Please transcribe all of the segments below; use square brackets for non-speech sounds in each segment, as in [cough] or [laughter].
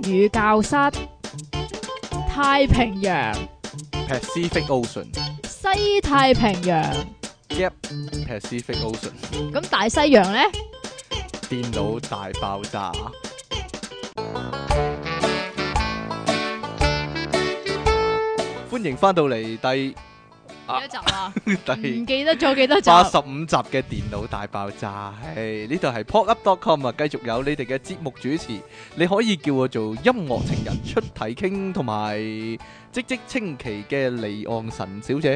語教室、太平洋、 Pacific Ocean 西太平洋， Yep Pacific Ocean 咁大西洋呢？電腦大爆炸。歡迎翻到嚟第啊幾多集 [laughs] 啊？唔第記得咗幾多集？八十五集嘅電腦大爆炸，唉，呢度係 popup.com 啊，繼續有你哋嘅節目主持，你可以叫我做音樂情人出體傾，同埋即即清奇嘅離岸神小姐，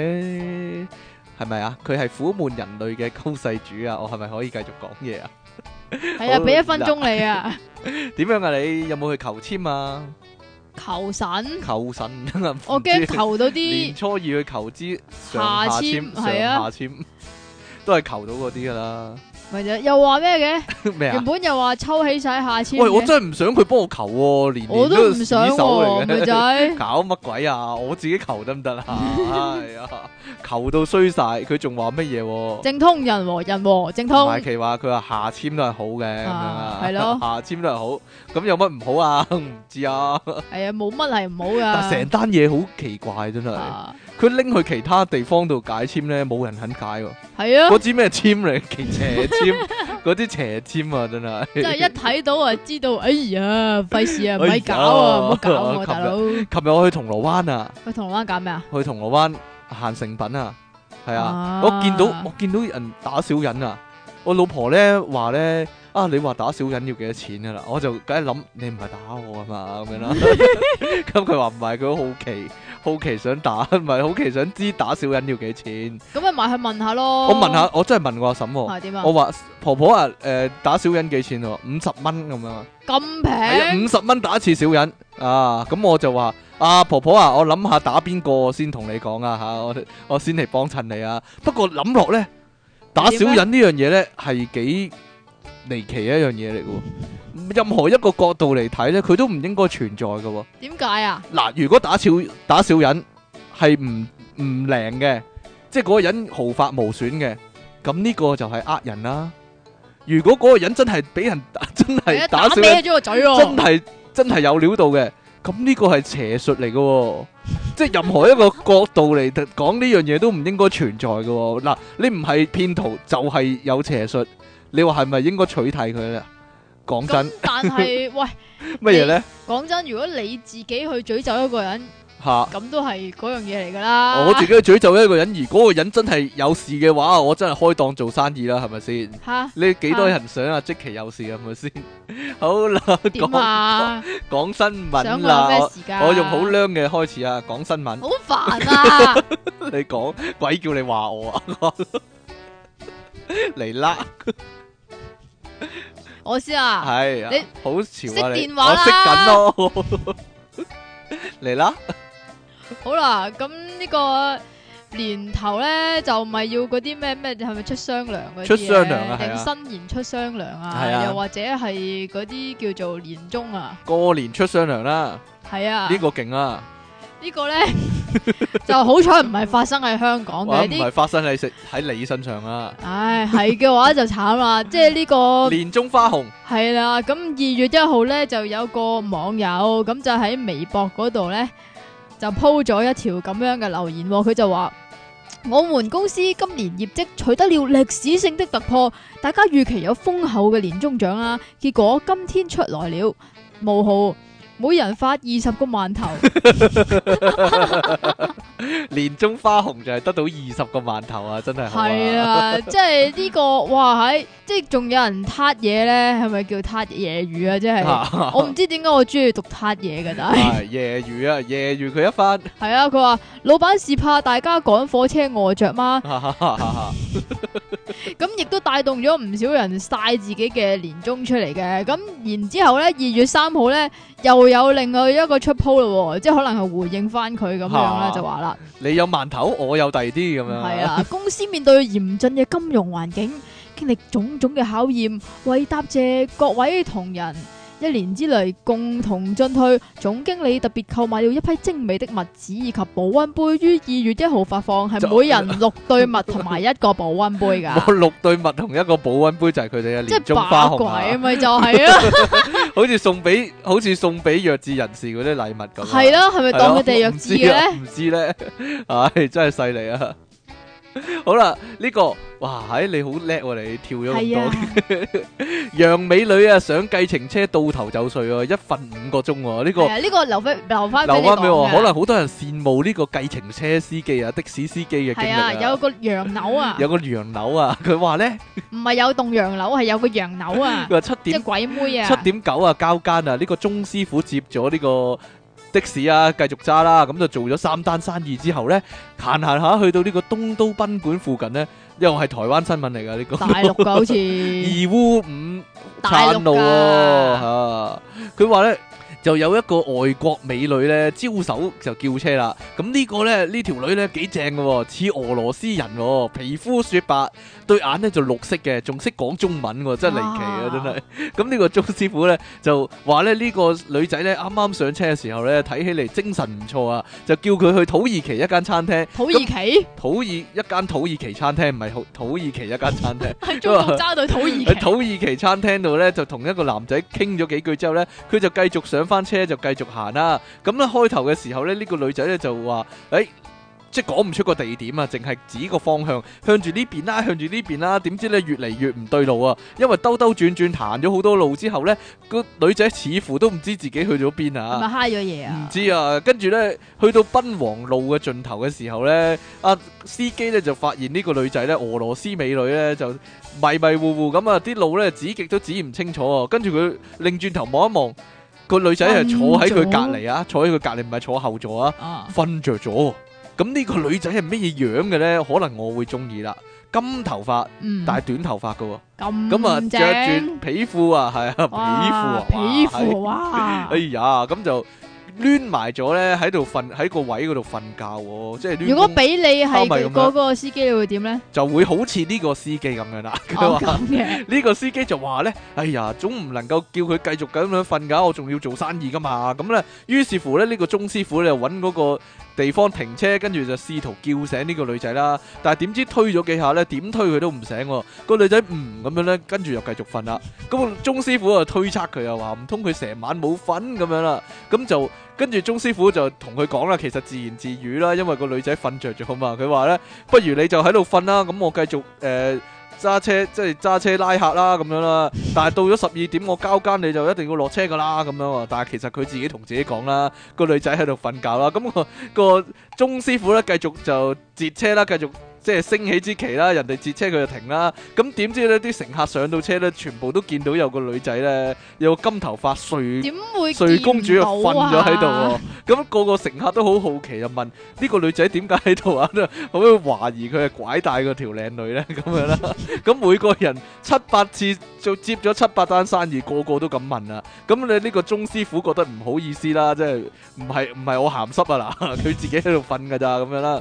係咪啊？佢係苦悶人類嘅救世主啊！我係咪可以繼續講嘢啊？ [laughs] 係啊，好俾一分鐘你啊！點樣啊？你有冇去求簽啊？求神，求神啊！唔我知 [laughs] 驚求到年啲初二去求支上下下簽，簽上係啊下簽都係求到嗰啲噶啦。 [laughs] 咪就又話咩嘅？咩啊原？本又話抽起晒下簽嘅，喂，我真係唔想佢幫我求喎，年我年都都唔係想死手嚟喎，嘅咪。仔 [laughs] 搞乜鬼啊！我自己求得唔得啊？ [laughs] 哎呀，求到衰晒，佢仲話乜嘢喎？正通人和人和正通埋，其話佢話下簽都係好嘅，咁樣啊啊係咯 [laughs] 下簽都係好，咁有乜唔好啊？ [laughs] 唔知啊，係啊，冇乜係唔好但成噶。單嘢好奇怪真係。啊佢拎去其他地方度解簽咧，冇人肯解喎。係啊嗰，支咩簽嚟？ [laughs] 其邪簽，嗰啲邪簽啊，[laughs] 真係。真係一睇到啊，知道，哎呀，費事啊，唔咪搞哎呀啊，唔好搞我琴日大佬。琴日我去銅鑼灣啊，去銅鑼灣搞咩啊？去銅鑼灣行成品啊，係啊啊，我見到我見到人打小人啊，我老婆咧話咧。啊！你話打小人要幾多錢噶啦？我就梗係諗你唔係打我啊嘛，咁樣 [laughs] 啦。咁佢話唔係，佢好奇，好奇想打，唔係好奇想知打小人要幾錢。咁咪埋去問下咯。我問下，我真係問過阿嬸喎。哦係點啊？我話婆婆啊，誒、打小人幾錢喎？五十蚊咁樣啊，咁係啊，平五十蚊打一次小人啊！咁我就話啊，婆婆啊，我諗下打邊個先同你講啊嚇，我我先嚟幫襯你啊。不過諗落咧，打小人呢樣嘢咧係幾離奇一樣嘢嚟嘅喎，任何一個角度嚟睇咧，佢都唔應該存在嘅喎。點解啊？嗱，如果打小打小人係唔唔靈嘅，即係嗰個人毫髮無損嘅，咁呢個就係呃人啦。如果嗰個人真係俾人 [laughs] 真係係啊，打打小人咩，咗個嘴喎？真係真係有料到嘅，咁呢個係邪術嚟嘅喎。即係任何一個角度嚟講呢樣嘢都唔應該存在嘅喎。嗱，你唔係騙徒就係、有邪術，你話係咪應該取締佢咧？講真咁但係 [laughs] 喂，乜嘢呢？講真，如果你自己去詛咒一個人，嚇、咁都係嗰樣嘢嚟㗎啦。我自己去詛咒一個人，而嗰個人真係有事嘅話，我真係開檔做生意啦，係咪先？吓你幾多人想啊？即期有事係咪先？好啦，點 [laughs] 講啊？講新想聞我啦咩啊我，時間？我用好靚嘅開始啊，講新聞。好煩啊！ [laughs] 你講鬼叫你話我啊？ [laughs] 嚟啦，我先啊，係啊你好潮啊！熄你電我話識緊啦咯， [laughs] 嚟啦，好啦，咁呢個年頭咧就咪要嗰啲咩咩係咪出雙糧嗰啲嘢出雙糧啊係定啊新年出雙糧係啊啊，又或者係嗰啲叫做年終啊，過年出雙糧啦，係啊，呢個勁啊！呢 [laughs] 個咧就好彩唔係發生喺香港哇，嘅唔啲係，發生喺食喺你身上啊！唉係嘅話就慘啦，即係呢個 [laughs] 年中花紅。係啦，咁二月一號咧就有個網友咁就喺微博嗰度咧就 po 咗一條咁樣嘅留言喎，佢就話：我們公司今年業績取得了歷史性的突破，大家預期有豐厚嘅年終獎啦，結果今天出來了，冒號每人發二十個饅頭，年中花紅就係得到二十個饅頭啊，真係好係啊，即係呢個哇喺，即係仲有人撻嘢咧，係咪叫撻夜語啊？即 [laughs] 係啊，我唔知點解我中意讀撻嘢嘅，但係。 [laughs] 係夜雨啊，夜雨佢一番， [laughs] 系啊，佢話老闆是怕大家趕火車餓着嗎？咁亦都帶動咗唔少人晒自己嘅年終出嚟嘅。咁然之後咧，二月三號咧又有另外一個出鋪咯，即係可能係回應翻佢咁樣啦，嚇就話啦，你有饅頭，我有第二啲咁樣。係， [laughs] 啊，公司面對嚴峻嘅金融環境，經歷種種嘅考驗，為答謝各位同仁。一年之內共同進退。總經理特別購買了一批精美的襪子以及保溫杯，於二月一號發放， [laughs] 就係每人六對襪同埋一個保溫杯 [laughs] 我㗎。六對襪同一個保溫杯就係佢哋嘅即年係中花把紅鬼啊！咪就係 [laughs] 咯，好似送俾好似送俾弱智人士嗰啲禮物咁啊。係啦，係咪當佢哋係咯弱智嘅咧？ [laughs] 唔知咧，唉、真係犀利啊！好啦，呢、個哇，唉、你好叻喎，你跳咗咁係多啊。，楊美女啊，上計程車到頭就緒喎，一份五個鐘 [laughs] 喎，呢、個係啊，呢個留俾啊留翻留翻翻俾我，可能好多人羨慕呢個計程車司機啊、的士司機嘅經係啊，歷有啊。個洋樓啊， [laughs] 有個洋樓啊，佢話咧，唔係有棟洋樓，係有個洋樓啊佢，話七即係點鬼妹啊，七點九啊交更啊，呢、個鐘師傅接咗呢個的士啊，繼續揸啦，咁就做咗三單生意之後呢，行行下去到呢個東都賓館附近呢，又係台灣新聞嚟㗎呢個。大陸㗎好似，二烏五大陸路喎㗎，嚇佢話咧就有一個外國美女咧招手就叫車啦。咁呢個咧呢條女咧幾正嘅喎，似俄羅斯人喎，皮膚雪白，對眼咧就綠色嘅，仲識講中文喎，真係離奇啊！啊真係。咁呢個鐘師傅咧就話咧呢個女仔咧啱啱上車嘅時候咧睇起嚟精神唔錯啊，就叫佢去土耳其一間餐廳，土耳其土耳一間土耳其餐廳唔係土土耳其一間餐廳。喺中國揸到土 [laughs] 耳喺其，土耳其餐廳度咧，就同一個男仔傾咗幾句之後咧，佢就繼續上翻車，就繼續行啦。咁咧開頭嘅時候咧，呢、個女仔咧就話：，誒、即係講唔出個地點啊，淨係指個方向，向住呢邊啦，向住呢邊啦。點知咧越嚟越唔對路啊！因為兜兜轉轉行咗好多路之後咧，個女仔似乎都唔知自己去咗邊係啊咪。嗨咗嘢唔啊？知啊，跟住呢，去到奔王路嘅盡頭嘅時候呢，阿、司機呢就發現呢個女仔呢，俄羅斯美女呢，就迷迷糊糊咁啊，啲路呢指極都指唔清楚啊，跟住佢擰轉頭望一望，個女仔係坐喺佢隔離啊，坐喺佢隔離唔係坐後座啊，啊，瞓着咗喎。咁呢個女仔係乜嘢樣嘅呢？可能我會中意啦，金頭髮嗯，但係短頭髮嘅喎，咁咁啊着住正，皮褲啊，係哇啊，皮皮褲啊，哇係褲哇哎！呀，咁就攣埋咗咧，喺度瞓喺個位嗰度瞓覺喎，即係攣如果公俾你拋係咪咁樣嗰個司機，你會點咧？就會好似呢個司機咁 [laughs] 樣啦。佢哦話咁嘅，呢個司機就話咧：哎呀，總唔能夠叫佢繼續咁樣瞓㗎，我仲要做生意㗎嘛。咁咧，於是乎咧，呢個鐘師傅咧揾嗰個地方停車，跟住就試圖叫醒呢個女仔啦。但係點知推咗幾下咧，點推佢都唔醒喎。個女仔唔咁樣咧，跟住又繼續瞓啦。咁個鐘師傅啊推測佢啊話唔通佢成晚冇瞓咁樣啦，咁就跟住鐘師傅就同佢講啦，其實自言自語啦，因為個女仔瞓着咗啊嘛，佢話咧不如你就喺度瞓啦，咁我繼續誒揸、車即係揸車拉客啦咁樣啦，但係到咗十二點我交更你就一定要落車噶啦咁樣喎，但係其實佢自己同自己講啦，個女仔喺度瞓覺啦，咁、個、個鐘師傅咧繼續就截車啦，繼續。即係升起之旗啦，人哋截車佢就停啦。咁點知呢啲乘客上到車呢，全部都見到有個女仔呢，有個金頭髮睡點會睡公主見啊，到瞓咗喺度喎。咁個個乘客都好好奇，就問呢個女仔點解喺度啊？好懷疑佢係拐帶嗰條靚女呢。咁 [laughs] 樣啦。咁每個人七八次就接咗七八單生意，個個都咁問啊。咁你呢個鐘師傅覺得唔好意思啦，即係唔係唔係我鹹濕啊嗱， [laughs] 佢自己喺度瞓㗎咋咁樣啦。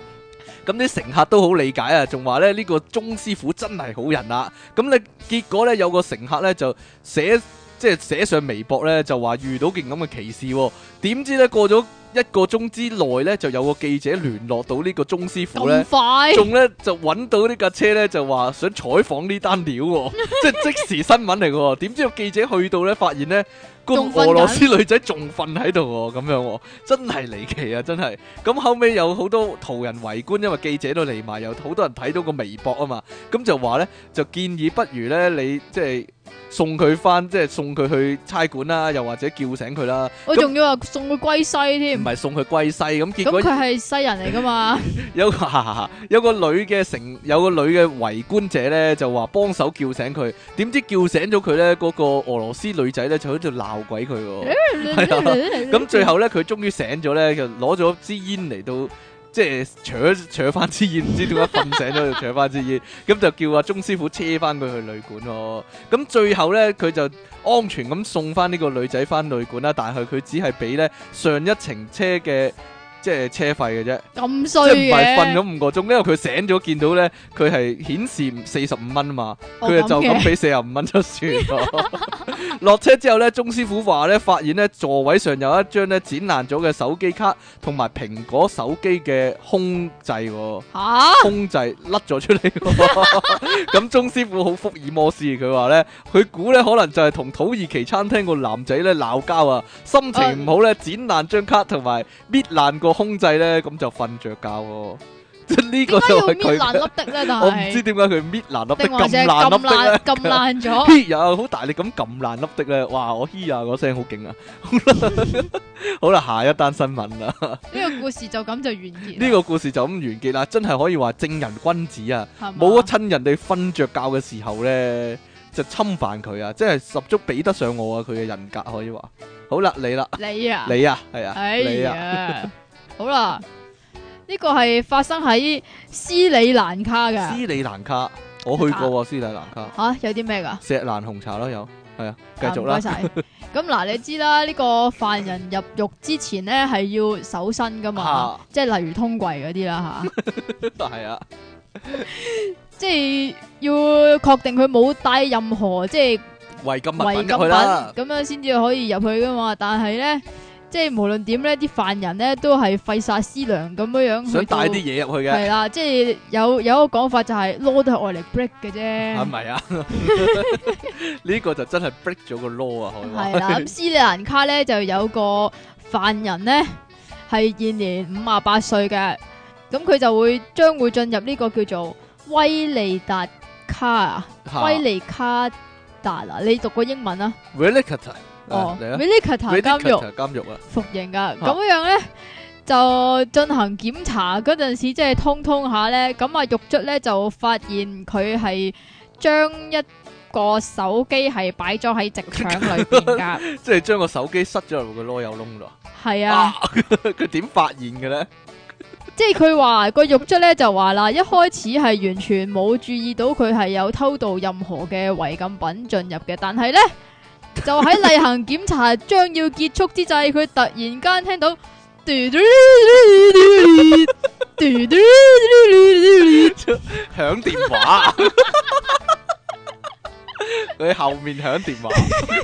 咁啲乘客都好理解啊，仲話咧呢個鐘師傅真係好人啦。咁你結果咧有個乘客咧就寫即係寫上微博咧就話遇到件咁嘅歧視喎，點知咧過咗一個鐘之內咧就有個記者聯絡到呢個鐘師傅咁。咧快， [laughs] 仲咧就揾到呢架車咧，就話想採訪呢單料 [laughs] 喎，即係即時新聞嚟嘅喎。點知個記者去到咧，發現咧個仲瞓緊俄羅斯女仔仲瞓喺度喎，咁樣喎，真係離奇啊！真係。咁後尾有好多途人圍觀，因為記者都嚟埋，有好多人睇到個微博啊嘛。咁就話咧，就建議不如咧，你即係送佢翻，即係送佢去差館啦，又或者叫醒佢啦，我仲要話送佢歸西添唔。係送佢歸西。咁結嗯咁果佢。係西人嚟噶嘛？有 [laughs] 個有個女嘅成有個女嘅圍觀者咧，就話幫手叫醒佢，點知叫醒咗佢咧，嗰、個俄羅斯女仔咧就喺度鬧鬼佢喎。咁最後咧，佢終於醒咗咧，就攞咗支煙嚟到。即係扯扯翻支煙，唔知點解瞓醒咗就扯翻支煙， [laughs] 咁就叫阿鐘師傅車翻佢去旅館咯。咁最後咧，佢就安全咁送翻呢個女仔翻旅館啦，但係佢只係俾咧上一程車嘅即係車費嘅啫。咁即衰係唔係瞓嘅，咗五個鐘，因為佢醒咗見到咧，佢係顯示四十五蚊嘛，哦佢就咁咁嘅 [laughs] 俾四十五蚊就算咯。落車之後呢，鐘師傅話呢，發現呢座位上有一張呢剪爛咗嘅手機卡，同埋蘋果手機嘅空掣喎。吓， [laughs] 空掣甩咗出嚟 [laughs] 喎，咁鐘師傅好福爾摩斯，佢話呢，佢估呢可能就係同土耳其餐廳個男仔呢鬧交啊，心情唔好啊呢，剪爛張卡同埋搣爛個空掣呢，咁就瞓着覺喎。 [laughs] 即係呢個點解就要係搣佢爛，粒的咧？但我唔知係點解佢搣爛粒的定還咁是係爛撳粒的咧爛。撳爛咗？嘿呀，好大力咁撳爛粒的咧，哇！我嘻呀嗰聲好勁啊！ [laughs] 好啦，好啦，下一單新聞 [laughs] 啦， [laughs] 呢個故事就咁就完結呢啦。個故事就咁完結啦，真係可以話正人君子啊！係嘛冇啊，趁人哋瞓着覺嘅時候咧，就侵犯佢啊，即係十足比得上我啊，佢嘅人格可以話。好啦，你啦，你啊，你啊，係啊，哎你啊，呀，好啦，呢個係發生喺斯里蘭卡嘅斯里蘭卡，我去過喎，斯里蘭卡，吓，有啲咩㗎？石蘭紅茶咯，有，係啊，繼啊續唔啦該， [laughs] 晒。咁嗱，你知啦，呢個犯人入獄之前咧係要搜身噶嘛，嚇即係例如通櫃嗰啲啦吓， [laughs] 係啊，即係要確定佢冇帶任何即係違禁物違禁品入去品，啦咁，樣先至可以入去噶嘛。但係咧，即係無論點咧，啲犯人咧都係費煞思量咁樣樣想去到帶啲嘢入去嘅。係啊啦，即係有有一個講法就係 law 都係愛嚟 break 嘅 [laughs] 係啫。咪 [laughs] 啊？呢個就真係 break 咗個 law 啊，可以話係啦， [laughs] 咁斯里蘭卡咧就有個犯人咧係現年五啊八歲嘅，咁佢就會將會進入呢個叫做威利達卡啊，嚇威利卡達啊，你讀過英文啊？ Relicata，哦嚟啊啦 w i l i c a t a 監獄 Relicata 監獄啊，服刑噶，咁樣咧就進行檢查嗰陣時，即係通通下咧，咁啊獄卒咧就發現佢係將一個手機係擺咗喺直腸裏邊噶， [laughs] 即係將個手機塞咗入個籮柚窿度。係啊啊，！ [laughs] 佢點發現嘅咧？ [laughs] 即係佢話個獄卒咧就話啦，一開始係完全冇注意到佢係有偷渡任何嘅違禁品進入嘅，但係咧就喺例行檢查將要結束之際，佢突然間聽到嘟嘟嘟嘟嘟嘟嘟嘟響電話， [laughs] 佢後面響電話， [laughs]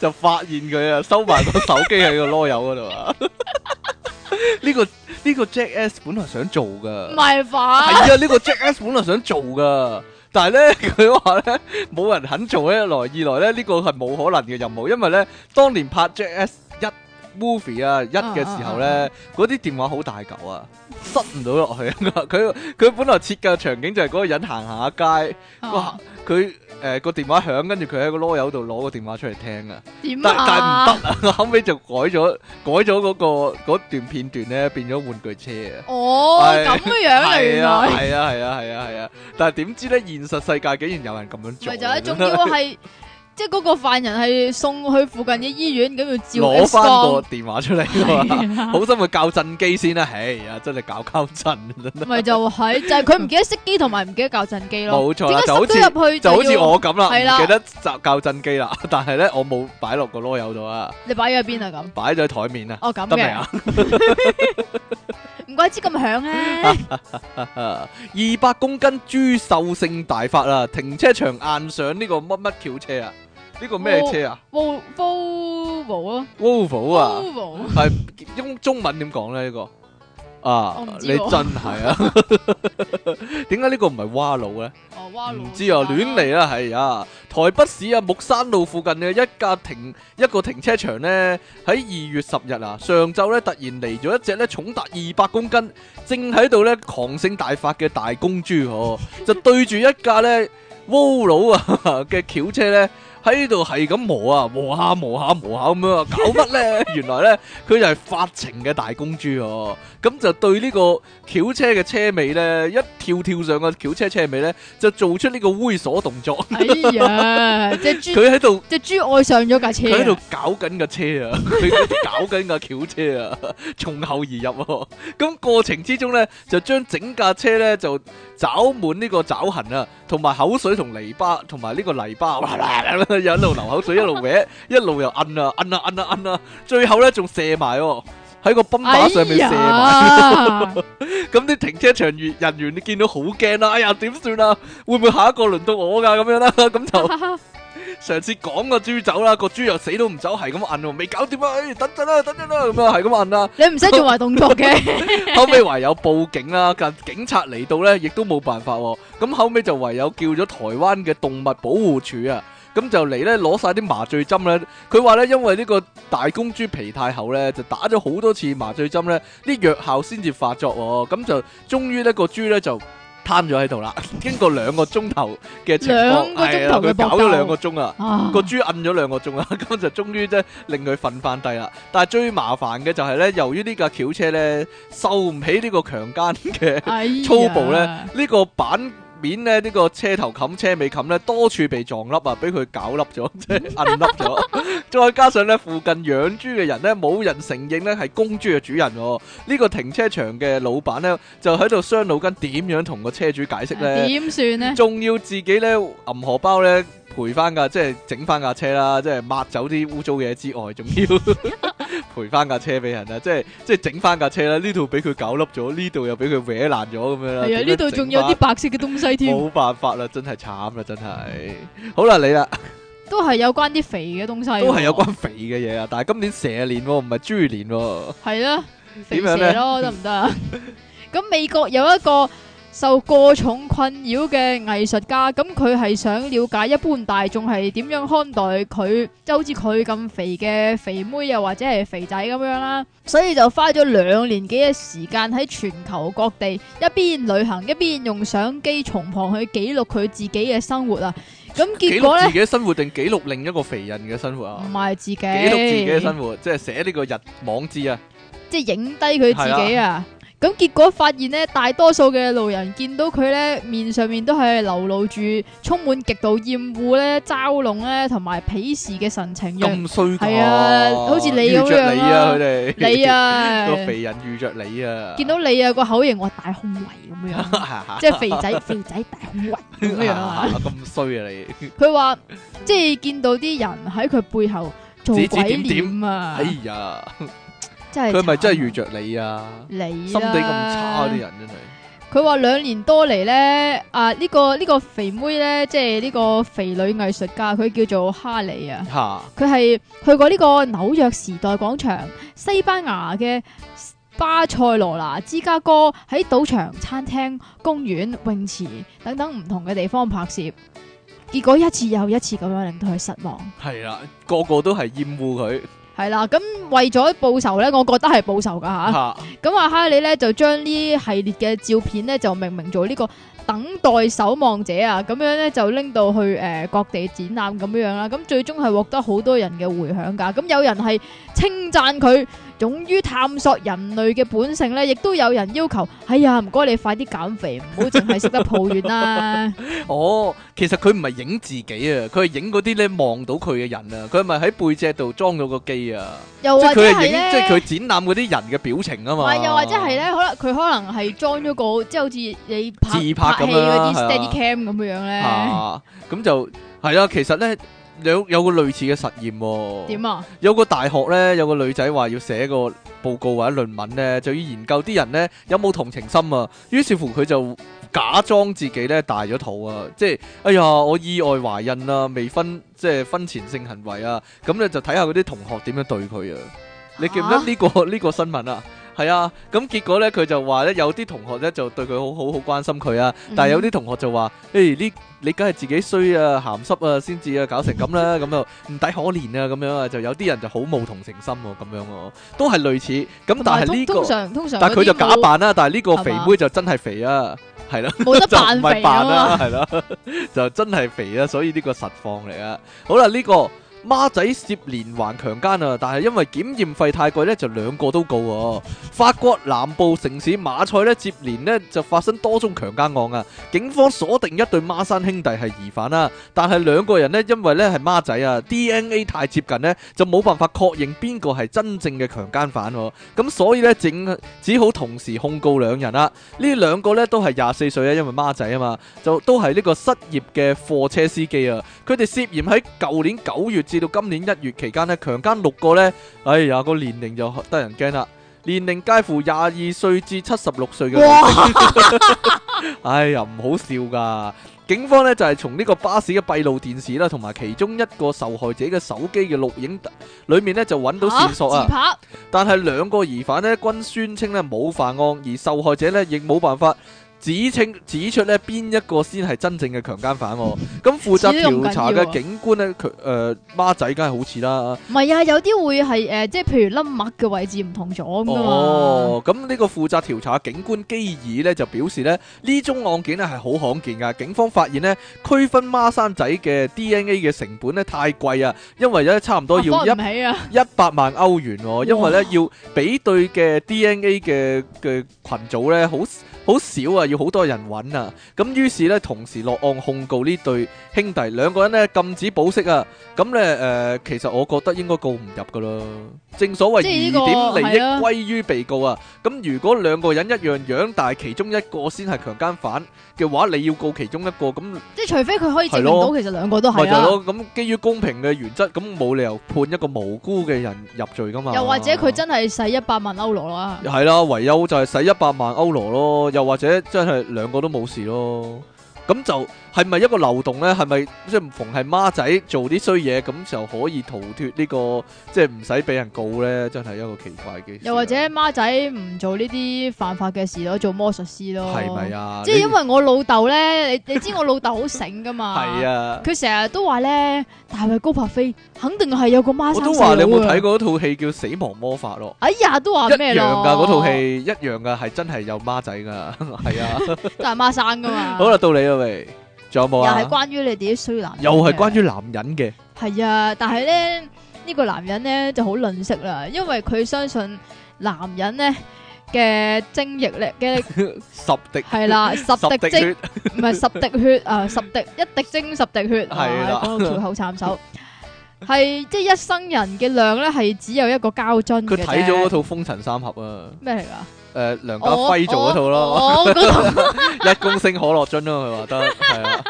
就發現佢啊，收埋個手機喺個籮柚嗰度啊！呢個呢個 Jack S 本來想做噶嘟，唔。係 [laughs] 係吧？啊，呢個 Jack S 本來想做噶，但係咧 [laughs] 佢話咧冇人肯做一來，二來咧呢個係冇可能嘅任務，因為咧當年拍 Jack S 一 movie 啊一嘅時候咧，嗰啲電話好大嚿啊，塞唔到落去 [laughs] 啊！佢佢本來設計嘅場景就係嗰個人行下街，哇！佢誒個電話響，跟住佢喺個籮柚度攞個電話出嚟聽啊！點但但係唔啊？得啊，後 [laughs] 尾就改咗改咗嗰、個嗰段片段咧，變咗玩具車啊！哦，咁樣啊，原係啊，來係啊，係啊，係啊，係啊！但係點知咧，現實世界竟然有人咁樣做，咪就係，仲要係即係嗰個犯人係送去附近嘅醫院，咁要照攞 X 翻個光。電話 [laughs] 出嚟啊嘛！好心去校震機先啦，唉呀，真係搞搞震， [laughs] 真係咪就係就係佢唔記得熄機同埋唔記得校震機咯。冇錯啦啊點解塞咗入去就好似要我咁係啦啦，唔記得集校震機啦， [laughs] 但係咧我冇擺落個籮柚度啊，你擺咗喺邊啊咁？擺咗喺台面啊，哦咁得未嘅，啊？ [laughs] 唔怪之咁響啊 [laughs] 咧。二百公斤豬獸性大發啊！停車場硬上呢個乜乜轎車啊？呢個咩哦車啊 Vol Volvo ？Volvo 啊啊！ ，Volvo 系中中文點講咧？呢、個啊我唔，你知真喎係啊！ [laughs] 點解呢個唔係蛙佬咧？哦，哇唔知啊，亂。嚟啦，係啊！台北市啊木山路附近嘅一架停一個停車場呢，喺二月十日啊上晝呢，突然嚟咗一隻呢重達二百公斤，正喺度呢狂性大發嘅大公豬哦， [laughs] 就對住一架呢 w 佬啊 [laughs] 嘅轎車呢。喺度係咁磨啊，磨下磨下磨下咁樣啊，搞乜呢？ [laughs] 原來呢，佢就係發情嘅大公豬哦，咁就對呢個轎車嘅車尾呢，一跳跳上個轎車車尾呢，就做出呢個猥瑣動 [laughs] 作。哎 [laughs] 呀，只豬佢喺度只豬愛上咗架車佢喺度啊。搞緊架 [laughs] 車啊，佢喺度搞緊架轎車啊，從後而入喎、咁過程之中呢，就將整架車呢就找滿呢個爪痕啊，同埋口水同泥巴，同埋呢個泥巴， [laughs] 哇啦啦啦一路流口水，一路 [laughs] 搲，一路又摁啊摁啊摁啊摁啊，最後呢仲射埋喎，喺個泵哎把上面射埋。呀，咁啲停車場員人員你見到好驚啦，哎呀點算啊？會唔會下一個輪到我㗎咁樣啦？咁就上次講個豬走啦，個豬又死都唔走，係咁摁喎，未搞掂啊！哎等陣啦，等陣啦，咁啊係咁摁 [laughs] 啦。 [laughs] 你唔使做埋動作嘅，後尾唯有報警啦，但警察嚟到呢，亦都冇辦法喎。咁後尾就唯有叫咗台灣嘅動物保護署啊，咁就嚟呢，攞晒啲麻醉針呢。佢話呢，因為呢個大公豬皮太厚呢，就打咗好多次麻醉針呢，啲藥效先至發作喎。咁就終於呢個豬呢，就攤咗喺度啦。經過兩個鐘頭嘅情況，兩個鐘頭嘅佢搞搏咗鬥 [laughs] 兩個鐘啊。啊個豬摁咗兩個鐘啊， [laughs] 咁就終於啫令佢瞓翻低啦。但係最麻煩嘅就係咧，由於呢架轎車咧受唔起呢個強姦嘅哎呀粗暴咧，呢個板面咧呢個車頭冚車尾冚咧多處被撞凹啊，俾佢搞凹咗， [laughs] 即係摁凹咗。再加上咧附近養豬嘅人咧冇人承認咧係公豬嘅主人喎。呢個停車場嘅老闆咧就喺度傷腦筋，點樣同個車主解釋咧？啊點算 [laughs] 咧？仲要自己咧揞荷包咧賠翻架，即係整翻架車啦，即係抹走啲污糟嘢之外，仲要 [laughs] 賠翻架車俾人啊啦，即係即係整翻架車啦。呢度俾佢搞凹咗，呢度又俾佢搲爛咗咁樣啦。係啊，點樣呢度仲有啲整白色嘅東西返添，冇辦法啦，真係慘啦，真係。好啦，你啦，都係啊有關啲肥嘅東西喎，都係有關肥嘅嘢啊，但係今年蛇年喎，唔係豬年喎。係啦，肥點蛇樣咧咯，得唔得啊？ [laughs] 咁美國有一個受過重困擾嘅藝術家，咁佢係想了解一般大眾係點樣看待佢，即係好似佢咁肥嘅肥妹又或者係肥仔咁樣啦，所以就花咗兩年幾嘅時間喺全球各地一邊旅行一邊用相機從旁去記錄佢自己嘅生活啊。咁結記果錄呢自，己嘅生活定記錄另一個肥人嘅生活啊唔？係自己，記記錄自己嘅生活，即係寫呢個日網誌啊。即係影低佢自己啊。咁結果發現呢，大多數嘅路人見到佢呢，面上面都係流露住充滿極度厭惡呢、嘲弄呢同埋鄙視嘅神情嘅。咁衰㗎係啊好似你遇咁着你樣啊，啦佢哋你 [laughs] 啊，個肥人遇着你啊， [laughs] 見到你啊個口型，我大胸圍咁樣，即係肥仔肥仔大胸圍咁樣啊。咁衰啊你，佢話即係見到啲人喺佢背後做指鬼指點點臉啊哎，呀，真係佢咪真慘係遇着你啊，你心地咁差啦啲啊人真係，佢話兩年多嚟咧，啊呢、個呢、個肥妹咧，即係呢個肥女藝術家，佢叫做哈利啊。吓佢係去過呢個紐約時代廣場、西班牙嘅巴塞羅那、芝加哥喺賭場、餐廳、公園、泳池等等唔同嘅地方拍攝，結果一次又一次咁樣令到佢失望。係啦，個個都係厭惡佢係啦，咁為咗報仇咧，我覺得係報仇噶吓。吓，咁啊，哈利咧就將呢系列嘅照片咧就命名做呢個等待守望者啊，咁樣咧就拎到去誒、呃各地展覽咁樣樣啦。咁最終係獲得好多人嘅迴響㗎。咁有人係稱讚佢勇於探索人類嘅本性咧，亦都有人要求：哎呀，唔該你快啲減肥，唔好淨係識得抱怨 [laughs] 啦。哦，其實佢唔係影自己啊，佢係影嗰啲咧望到佢嘅人啊，佢係咪喺背脊度裝咗個機啊？又即或係者佢係係影，即係咧。佢展覽嗰啲人嘅表情啊唔嘛。係，又或者係咧，可能佢可能係裝咗個，即係好似你拍自拍咁戲樣啦嗰啲係啊 steady cam 咁樣樣咧，啊，咁就係啦。其實咧有有個類似嘅實驗喎、點啊？有個大學咧有個女仔話要寫個報告或者論文咧，就要研究啲人咧有冇同情心啊。於是乎佢就假裝自己咧大咗肚啊，即係哎呀我意外懷孕啦、未婚即係婚前性行為啊。咁咧就睇下嗰啲同學點樣對佢啊。你記唔記得嚇呢、個呢個新聞啊？係啊，咁結果咧佢就話咧有啲同學咧就對佢好好好關心佢啊，但係有啲同學就話：，誒呢、你梗係自己衰啊、鹹濕啊先至啊搞成咁啦，咁又唔抵可憐啊咁樣啊，就有啲人就好冇同情心喎、咁樣喎、都係類似咁，同但埋係呢、啊通個通，常通常但係佢就假嗰扮啦，但係呢個肥係嘛妹就真係肥啊，係啦。啲冇冇得 [laughs] 就扮唔係肥扮啊嘛，啦，係啦， [laughs] 就真係肥啦，所以呢個實況嚟啊。好啦，呢、個孖仔涉連環強姦啊，但係因為檢驗費太貴呢，就兩個都告喎、法國南部城市馬賽呢，接連呢就發生多宗強姦案啊，警方鎖定一對孖生兄弟係疑犯啦、但係兩個人呢，因為呢係孖仔啊，DNA 太接近呢，就冇辦法確認邊個係真正嘅強姦犯喎、咁所以呢，整只好同時控告兩人啦、呢兩個咧都係廿四歲啊，因為孖仔啊嘛，就都係呢個失業嘅貨車司機啊。佢哋涉嫌喺舊年九月至到今年一月期間咧，強姦六個呢。哎呀，個年齡就得人驚啦，年齡介乎廿二歲至七十六歲嘅女性。 [laughs] 哎呀，唔好笑噶。警方呢就係從呢個巴士嘅閉路電視啦，同埋其中一個受害者嘅手機嘅錄影裏面呢，就揾到線索啊。嚇自但係兩個疑犯呢，均宣稱呢冇犯案，而受害者呢亦冇辦法指稱指出呢邊一個先係真正嘅強姦犯、喎。咁負責似都咁調查緊要啊嘅警官呢，佢誒孖仔梗係好似啦。拍唔係啊，有啲會係诶，呃即係譬如粒麥嘅位置唔同咗咁啊噶嘛。哦，咁呢個負責調查嘅警官基爾呢，就表示呢，呢宗案件呢係好罕見噶，警方發現呢，區分孖生仔嘅 DNA 嘅成本呢太貴啊，因為咧差唔多要幫一唔起啊，一百萬歐元喎、因為咧要比對嘅 DNA 嘅嘅群組咧，好好少啊，要好多人揾啊。咁於是咧，同時落案控告呢對兄弟兩個人咧禁止保釋啊。咁咧誒，其實我覺得應該告唔入噶咯。正所謂疑即係呢點個利益係啊歸於被告啊。咁如果兩個人一樣樣，但係其中一個先係強姦犯嘅話，你要告其中一個咁。即係除非佢可以證明係到咯其實兩個都咪係啊就係啦，咯，咁基於公平嘅原則，咁冇理由判一個無辜嘅人入罪噶嘛。又或者佢真係使一百萬歐羅啊啦。係啦，唯有就係使一百萬歐羅咯，又或者真係兩個都冇事咯。咁就係咪一個漏洞呢？係咪即係逢係孖仔做啲衰嘢，咁就可以逃脱呢、個即係唔使俾人告呢？真係一個奇怪嘅事啊。又或者孖仔唔做呢啲犯法嘅事咯，做魔術師咯，係咪？啊？即係因為我老豆咧，你你知我老豆好醒噶嘛？ [laughs] 係啊。佢成日都話咧，大衛高柏飛肯定係有個孖我生都話話你有冇睇？過嗰套戲叫《死亡魔法》咯？哎呀，都話一咩樣咯？㗎嗰套，戲，一樣㗎係真係有孖仔㗎， [laughs] 係啊。都係孖生噶嘛。 [laughs] 好啦，，到你啦喂，仲有冇又係啊？關於你哋啲衰男人嘅，又係關於男人嘅，係啊，但係咧呢個男人咧就好吝嗇啦，因為佢相信男人咧嘅精液咧 [laughs] 嘅十滴係啦，十十滴滴精血。唔係十滴血啊，十 [laughs] 滴一滴精十滴血，係啦哇講到條口慘手，係即係一生人嘅量咧，係只有一個膠樽佢嘅啫睇咗嗰套《風塵三俠》啊，咩嚟噶？誒、梁家輝做嗰套咯，我我嗰套一公升可樂樽咯，佢話得 [laughs] 係啊。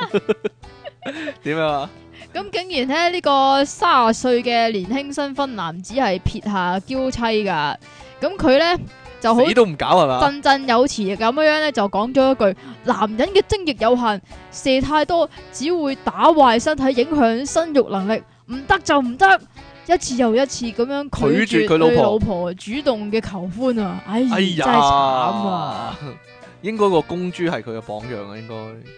點樣啊？咁竟然咧呢個三十歲嘅年輕新婚男子係撇下嬌妻噶，咁佢咧就好死都唔搞係嘛？振振有詞咁樣咧，就講咗一句：男人嘅精液有限，射太多只會打壞身體，影響生育能力，唔得就唔得。一次又一次咁樣拒拒絕絕佢老婆對老婆主動嘅求歡啊！哎呀，哎呀，真係慘 [laughs] 啊！！應該個公豬係佢嘅榜樣啊，應該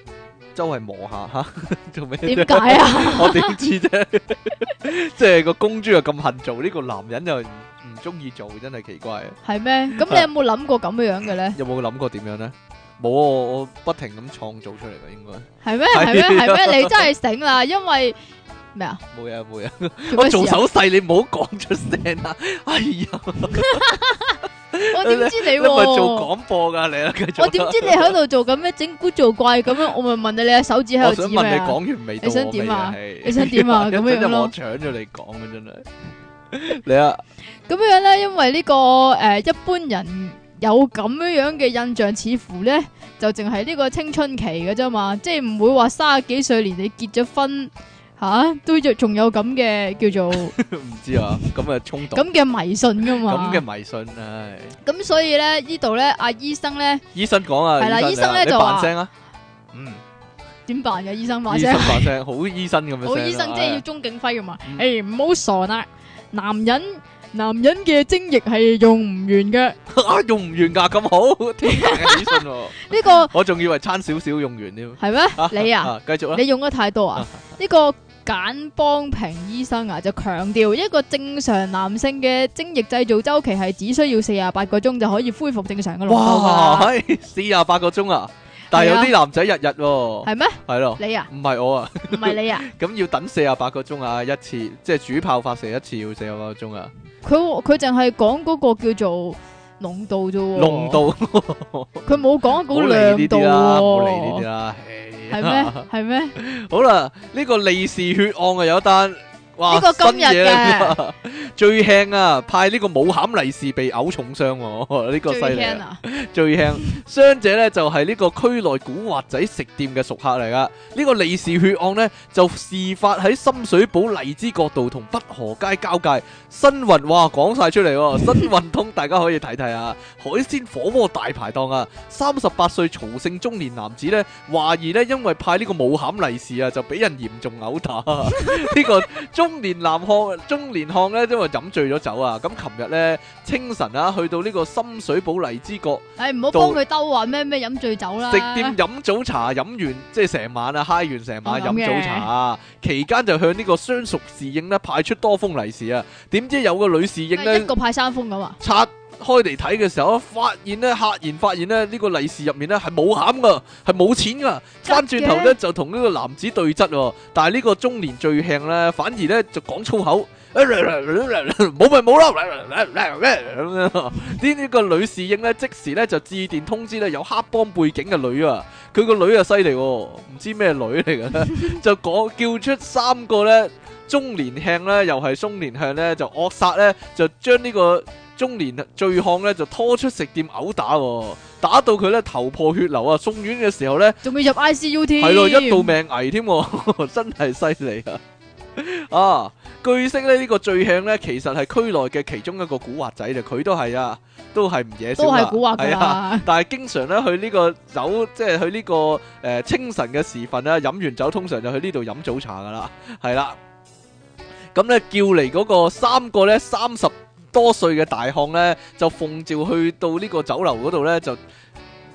周圍磨下嚇， [laughs] 做咩啫？點解啊？我點知啫？ [laughs] 即係個公豬又咁恨做，呢、個男人又唔唔中意做，真係奇怪啊！係咩？咁你有冇諗過咁樣嘅咧？有冇諗過點樣呢？冇啊，我我不停咁創造出嚟嘅，應該係咩？ [laughs] 係啊係咩？係咩？你真係醒啦，因為咩啊？冇嘢冇嘢。做我咩事做啊？手勢，你唔好講出聲啦。 [laughs] 哎呀，我點知你你咪做喎？廣播㗎你啊，繼續啦。我點知你喺度做緊咩整蠱做怪咁樣？我咪問你，你嘅手指我喺度想指問咩你啊？講完未到你想我點未啊啊？係你想 [laughs] 點啊一陣咁樣就咯我搶咗你講嘅真係。你啊， [laughs] 咁樣咧，因為呢、個誒、呃一般人有咁樣樣嘅印象，似乎咧就淨係呢個青春期嘅啫嘛，即係唔會話三十幾歲連你結咗婚吓、都仲仲有咁嘅 [laughs] 叫做唔知啊，咁啊衝動，咁嘅迷信噶嘛。咁嘅迷信，唉。咁所以咧呢度咧，阿醫生咧醫生講啊，係啦醫醫生生呢你就扮話聲啊，嗯，點辦嘅？醫生話醫聲生。扮聲，好醫生咁樣聲啊。好醫生即係要鐘景輝噶嘛嗯？诶，唔好傻啦，男人男人嘅精液係用唔完嘅。 [laughs] 啊，用唔完㗎，咁好，天大嘅醫生喎，呢、個我仲以為差少少用完添。係咩？你啊？，繼續啦。你用得太多啊！呢個簡邦平醫生啊，就強調一個正常男性嘅精液製造周期係只需要四廿八個鐘就可以恢復正常嘅濃度哇，㗎啦，係四廿八個鐘啊！但係有啲男仔日日喎， [laughs] 係咩？係咯，你啊，唔係我啊， [laughs] 唔係你啊，咁要等四廿八個鐘啊一次，即係主炮發射一次要四廿八個鐘啊，佢佢淨係講嗰個叫做濃度啫喎，濃，度，佢冇講唔好嗰理亮呢度啲啦，唔好理呢啲喎，啦， [laughs] 係咩？係咩？好啦，呢個利是血案啊有一單哇，呢個今日嘅新嘢啊嚟㗎最輕啊！派呢個冇餡利是被嘔重傷喎， [laughs] 呢個最犀利啊輕！啊！ [laughs] 最輕，傷者呢就係呢個區內古惑仔食店嘅熟客嚟噶。呢個利是血案呢，就事發喺深水埗荔枝角道同北河街交界。新運哇，講晒出嚟喎！新運通大家可以睇睇啊！海鮮火鍋大排檔啊！三十八歲曹姓中年男子呢，懷疑呢因為派呢個冇餡利是啊，就俾人嚴重毆打。 [laughs] 呢個中年男漢，中年漢呢，因為飲醉咗酒啊，咁琴日呢，清晨啊，去到呢個深水埗荔枝角。唉，唔好幫佢兜啊話咩咩飲醉酒啦。食店飲早茶飲完，即係成晚啊嗨完成我晚諗飲嘅早茶，啊期間就向呢個相熟侍應咧派出多封利是啊！點知有個女侍應一咧個派三封咁啊！拆開嚟睇嘅時候，發現咧赫然發現咧呢個利是入面咧係冇餡噶，係冇錢噶。翻轉頭咧就同呢個男子對質喎，但係呢個中年最輕咧反而咧就講粗口。 [laughs] 冇咪冇啦，咁樣 [laughs] 呢呢個女侍應咧，即時咧就致電通知咧有黑幫背景嘅女啊，佢個女啊犀利喎，唔知咩女嚟嘅咧，就講叫出三個咧中年向咧，又係中年向咧就惡殺咧，就將呢個中年啊醉漢咧就拖出食店毆打喎，打到佢咧頭破血流啊！送院嘅時候咧。仲要入 ICU 添。系咯，一度命危添喎， [laughs] 真係犀利啊！啊，據悉咧呢、個最向咧，其實係區內嘅其中一個古惑仔嚟，佢都係啊，都係唔嘢少都係啦古惑噶係啊啦。但係經常咧去呢個酒，即係去呢、個誒、呃清晨嘅時分啦，飲完酒通常就去呢度飲早茶噶啦，係啦。咁咧叫嚟嗰個三個咧三十多歲嘅大漢咧，就奉召去到呢個酒樓嗰度咧，就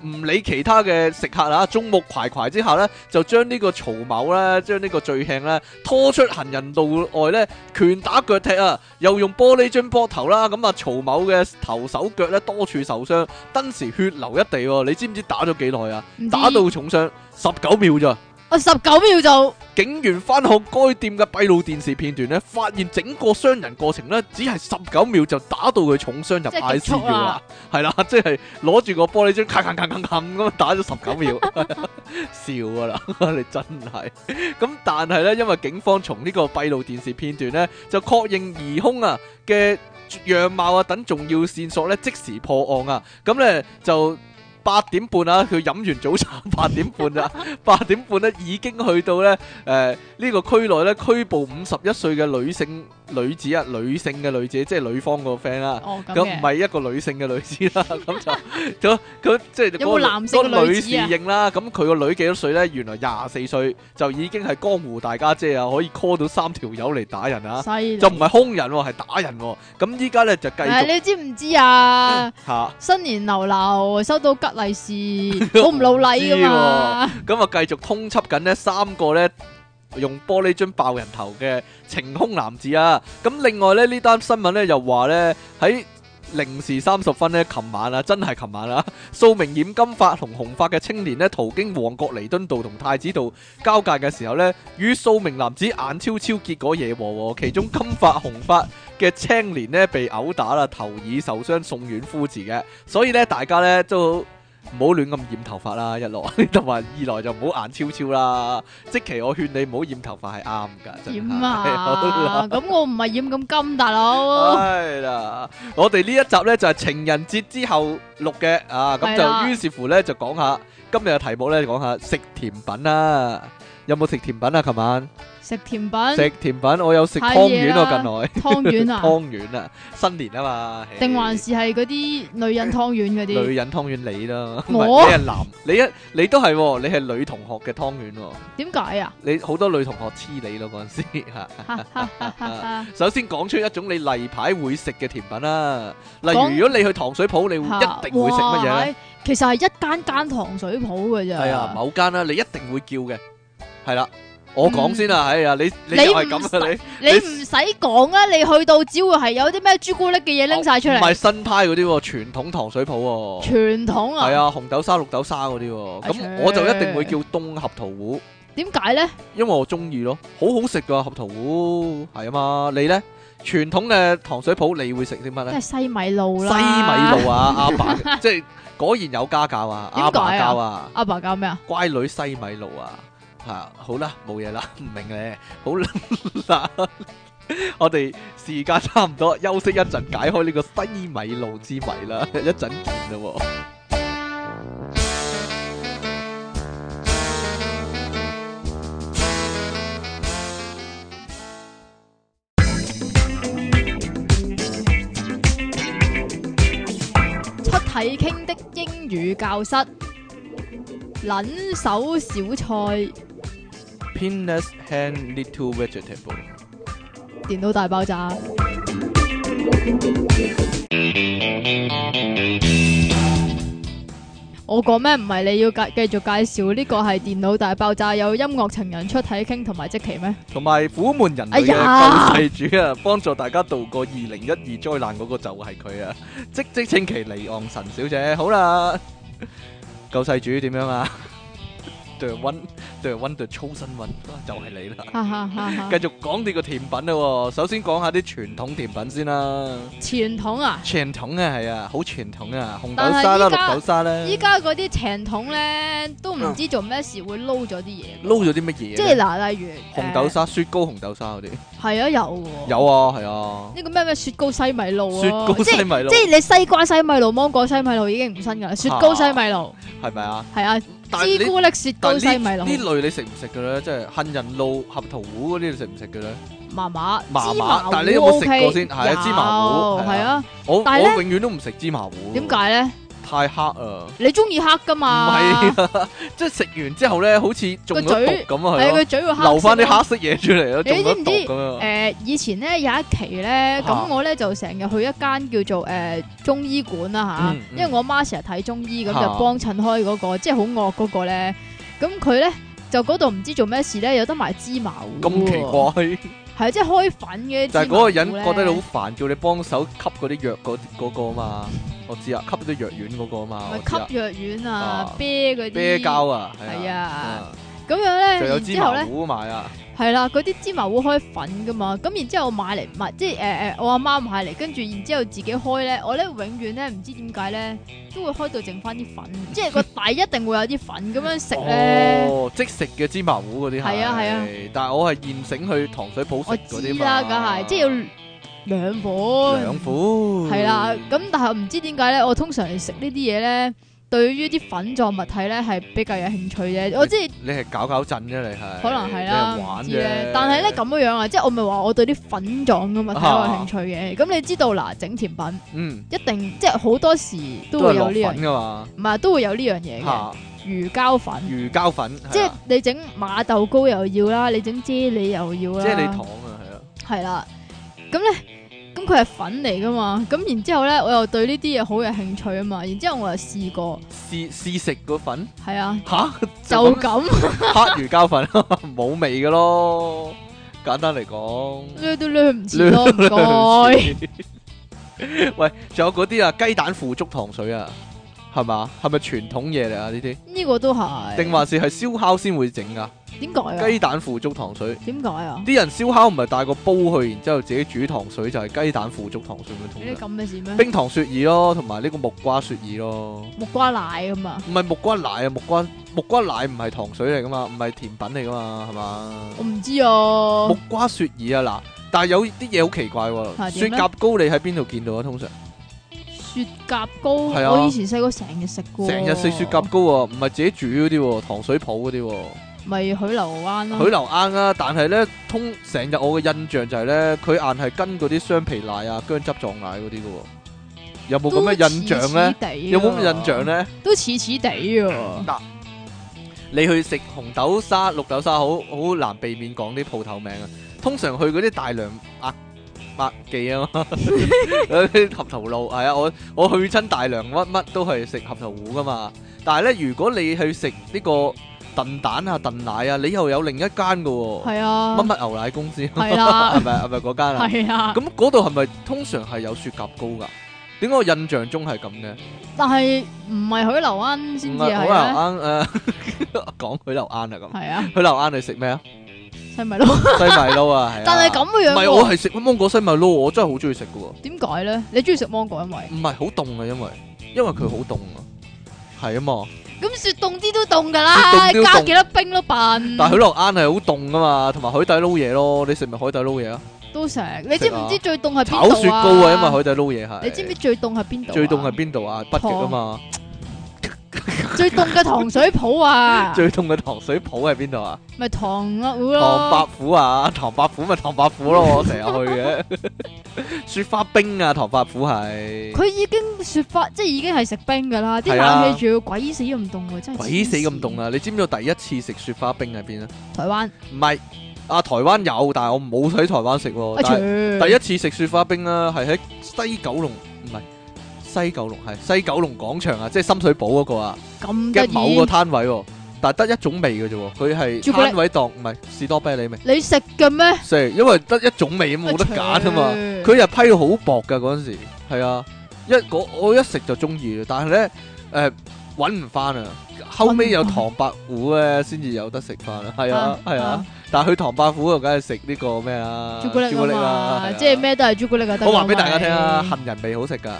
唔理其他嘅食客啦，眾目睽睽之下咧，就將呢個曹某咧，將呢個罪慶咧拖出行人路外咧，拳打腳踢啊，又用玻璃樽膊頭啦，咁啊曹某嘅頭手腳咧多處受傷。登時血流一地喎，你知唔知打咗幾耐啊？唔知打到重傷，十九秒咋？啊十九秒就警員翻看該店嘅閉路電視片段咧，發現整個傷人過程咧，只係十九秒就打到佢重傷入即係極速啊 ICU 啦，啊係啦， [laughs] 即係攞住個玻璃樽，咔咔咔咔咔咁樣打咗十九秒， [laughs] 笑啊啦， [laughs] 你真係。咁但係咧，因為警方從呢個閉路電視片段咧，就確認疑兇啊嘅樣貌啊等重要線索咧，即時破案啊，咁咧就。八點半啊，佢飲完早茶八點半啊， [laughs] 八點半咧已經去到咧誒呢個區內咧拘捕五十一歲嘅女性女子啊，女性嘅女子即係女方個 friend 啦。哦咁啊咁唔嘅。係一個女性嘅女子 [laughs] 啦，咁就咁咁即有係冇嗰個男性嘅嗰個女女子啊侍應啦。咁佢個女幾多歲咧？原來廿四歲就已經係江湖大家姐啊，可以 call 到三條友嚟打人啊！犀利。 [laughs] 就唔係兇人喎，係打人喎。咁依家咧就繼唉續你知唔知啊？嚇。新年流流收到吉利 [laughs] 是，好唔老禮噶嘛？咁啊，繼續通緝緊呢三個呢用玻璃樽爆人頭嘅情兇男子啊！咁另外呢，呢單新聞呢又話呢，喺零時三十分呢，琴晚啊，真係琴晚啊， [laughs] 數名染金髮同紅髮嘅青年呢，途經旺角彌敦道同太子道交界嘅時候呢，與數名男子眼超超，結果惹禍喎。其中金髮紅髮嘅青年呢，被毆打啦，頭耳受傷，送院敷治嘅。所以呢，大家呢都。唔好亂咁染頭髮 [laughs] 啦，一來同埋二來就唔好眼超超啦。即其我勸你唔好染頭髮係啱㗎，真染係。 [laughs] 好啦啊啊！咁我唔係染咁金，大佬。系啦，我哋呢一集呢就係情人節之後錄嘅啊，咁係啦就於是乎呢，就講下今日嘅題目呢，講下食甜品啦。有冇食甜品啊？琴晚食甜品、食甜品，我有食太湯圓嘢啦啊，嗯湯近圓來啊， [laughs] 湯圓啊，新年啊嘛，唉定還是係嗰啲女人湯圓嗰女啲？人湯圓你啦，唔我係你係男，你一你都係喎，你係女同學嘅湯圓喎，點解啊？你好多女同學黐你咯嗰陣時 [laughs] 嚇。首先講出一種你例牌會食嘅甜品啦，例如講如果你去糖 [laughs] 水鋪，你會一定會食乜嘢咧？咧？其實係一間間糖水鋪嘅啫。係啊，某間啦，你一定會叫嘅，係啦。我講先啦，哎呀，你你嗯你又係咁啊，唔你你唔使講啊，你去到只會係有啲咩朱古力嘅嘢拎晒出唔係嚟，新派嗰啲喎，傳統糖水鋪喎，傳統係啊？啊，紅豆沙、綠豆沙嗰啲喎，哎咁切我就一定會叫東合桃糊，點解咧？因為我中意咯，好好食噶合桃糊，係啊嘛，你咧傳統嘅糖水鋪你會食啲乜咧都係？西米露西啦。米 [laughs] 露啊，阿爸即係果然有家教啊，點解啊阿爸教啊，阿爸搞咩啊？乖女啊 [laughs] 西米露啊，吓好啦，冇嘢啦，唔明咧，好啦，我哋時間差唔多，休息一陣，解開呢個西米露之謎啦， [laughs] 一陣見啦喎。出體傾的英語教室，撚手小菜， Penis hand little vegetable。電腦大爆炸。我講咩？唔係你要繼繼續介紹呢個係電腦大爆炸有音樂情人出體傾同埋即期咩？同埋苦悶人類哎呀嘅救世主啊，幫助大家度過二零一二災難嗰個就係佢啊！即即稱其離岸神小姐，好啦，救世主點樣啊？The one, the one, the chosen one，就係你啦。哈哈哈哈繼！續講呢個甜品啦喎，首先講下啲傳統甜品先啦。傳統啊，傳統啊，係啊，好傳統啊，紅但豆係沙啦，依家綠豆沙啦，依家嗰啲情筒咧都唔知做咩事會撈咗啲嘢。撈咗啲乜嘢？即係嗱，例如紅豆沙、雪糕紅豆沙嗰啲，係啊，有喎有啊，係啊，呢個咩咩雪糕西米露啊，雪糕即西係米露即係你西瓜西米露、芒果西米露已經唔新噶啦，雪糕西米露係咪啊？係啊，但係朱你古力雪但糕西係米呢呢露類你食唔食嘅咧？即係杏仁露、合桃糊嗰啲你食唔食嘅咧？麻麻麻麻芝麻糊但係你有冇食過 OK，先係啊芝麻糊有係係啊啊，我我但係永遠都唔食芝麻糊，點？解咧？太黑啊！你中意黑噶唔嘛？係啊， [laughs] 即係食完之後咧，好似中咗個嘴毒咁啊，係係啊咯佢嘴會黑色咯，留翻啲黑色嘢出嚟咯，中你知咗唔毒知咁啊樣。誒以前咧有一期咧，啊咁我咧就成日去一間叫做誒中醫館啦嗯嚇，嗯因為我媽成日睇中醫，咁啊就幫襯開嗰個即係好惡嗰個咧。咁佢咧就嗰度唔知做咩事咧，有得賣芝麻糊喎，咁奇係啊即係開粉嘅。 [laughs] 怪，就係嗰個人覺覺得你好煩，叫你幫手吸嗰啲藥嗰嗰個啊嘛，我知啊，吸啲藥丸嗰個啊嘛，我知啊咪，吸藥丸啊啊、啤嗰啲啤膠啊，係啊啊咁樣咧，就有然芝之後麻咧糊賣啊，係啦，嗰啲芝麻糊開粉噶嘛，咁然之後我買嚟唔係即係誒誒，我阿媽買嚟，跟住然之後自己開咧，我咧永遠咧唔知點解咧都會開到剩翻啲粉，即係個底一定會有啲粉咁樣食咧。哦，即食嘅芝麻糊嗰啲係啊係啊，但係我係現成去糖水鋪我食嗰知啲啦，嘛，梗係即係要兩款，兩款，係啦。咁但係唔知點解咧，我通常食呢啲嘢咧，對於啲粉狀物體咧係比較有興趣啫。我即係。你係搞搞震啫，你係可能係你係啦，玩唔啫啊知咧。但係咧咁樣樣啊，即係我咪話我對啲粉狀嘅物體好有興趣嘅。咁你知道嗱，整甜品嗯，一定即係好多時都都係會有落呢樣粉，噶嘛，唔係都會有呢樣嘢嘅嚇魚膠粉。魚膠粉，係啊即係你整馬豆糕又要啦，你整啫喱又要啦，啫喱糖啊，係啊，係啦。咁咧，咁佢係粉嚟噶嘛？咁然之後咧，我又對呢啲嘢好有興趣啊嘛。然之後我又試過，試試食嗰粉係啊，吓，就咁咁 [laughs] 黑魚膠粉 [laughs] 冇味嘅咯，簡單嚟講。掠都掠唔切 [laughs] 咯，唔該。 [laughs] 喂，仲有嗰啲啊，雞蛋腐竹糖水啊，係嘛？係咪傳統嘢嚟啊？呢啲呢個都係。定還是係燒烤先會整噶？點解啊？雞蛋腐竹糖水，點解啊？啲人燒烤唔係帶個煲去，然之後自己煮糖水，就係、雞蛋腐竹糖水咁樣你通常咁嘅事咩？冰糖雪耳咯，同埋呢個木瓜雪耳咯。木瓜奶咁啊？唔係木瓜奶啊，木瓜木瓜奶唔係糖水嚟噶嘛，唔係甜品嚟噶嘛，係嘛？我唔知啊木，瓜雪耳啊，嗱，但係有啲嘢好奇怪喎，係雪點咧蛤膏你喺邊度見到啊？通常？雪蛤膏係啊我以前細個成日食過，成日食雪蛤，膏喎，唔係自己煮嗰啲喎，糖水鋪嗰啲喎，咪許留灣咯許。留啱啊！但係咧，通成日我嘅印象就係咧，佢硬係跟嗰啲雙皮奶啊、薑汁撞奶嗰啲嘅喎，有冇咁嘅印象咧？咧有冇咁印象？咧？都似似地啊！嗱，你去食紅豆沙、綠豆沙，好好難避免講啲鋪頭名啊。通常去嗰啲大良壓壓記 [laughs] 啊嘛，嗰啲合桃路係啊，我我去親大良乜乜都係食合桃糊噶嘛。但係咧，如果你去食呢個燉蛋啊、燉奶啊，你又有另一間嘅喎，係啊乜，乜牛奶公 [laughs] 司係啦係咪係咪嗰間啊？係啊。咁嗰度係咪通常係有雪蛤膏㗎？點解我印象中係咁嘅？但係唔係許留灣唔先至係好係咧？ [laughs] 流啱誒，講佢流啱啦咁。係啊，佢留啱你食咩啊？係咪咯？西米撈 [laughs] 啊，係啊。但係咁嘅唔樣係我喎，係食芒果西米撈，我真係好中意食嘅喎。點解咧？你中意食芒果，因為唔係好凍啊，因為因為佢好凍啊，係啊嘛。咁雪凍啲都凍㗎啦，雪凍都加凍幾多冰都笨，但係佢留啱係好凍啊嘛，同埋海底撈嘢咯。你食咪海底撈嘢啊？都都食。你知唔知最凍係邊炒度雪糕啊，因為海底撈嘢係。你知唔知最凍係邊度啊？最凍係邊度啊？北極啊嘛，最凍嘅糖水鋪啊， [laughs] 最凍嘅糖水鋪係邊度啊？咪糖啊糊唐伯咯，虎啊，唐伯虎咪唐伯虎咯，我成日去嘅。 [laughs] 雪花冰啊，唐伯虎係佢已經雪花，即係已經係食冰㗎啦，啲係啊冷氣仲要鬼死咁凍啊喎，真係鬼死咁黐凍啊！你知唔知我第一次食雪花冰喺邊啊？線！台灣唔係啊，台灣有，但係我冇喺台灣食哎喎。哦但係第一一次食雪花冰啦，係喺西九龍，唔係西九龍，係西九龍廣場啊，即係深水埗嗰個啊咁得嘅某個意，攤位喎，但係得一種味嘅啫喎，佢係啊朱古力攤位檔，唔係士多啤梨味，你食嘅咩？哎食，因為得一種味咁冇得揀啊嘛。佢又批到好薄噶嗰陣時，係啊，一我我一食就中意嘅，但係咧誒揾唔翻啊！後尾有唐伯虎咧，先至有得食翻啊！係啊，係啊，，但係去唐伯虎就梗係食呢個咩啊？朱古力啊嘛，係啊即係咩都係朱古力啊！得㗎我話俾大家聽啊，咪杏仁味好食噶，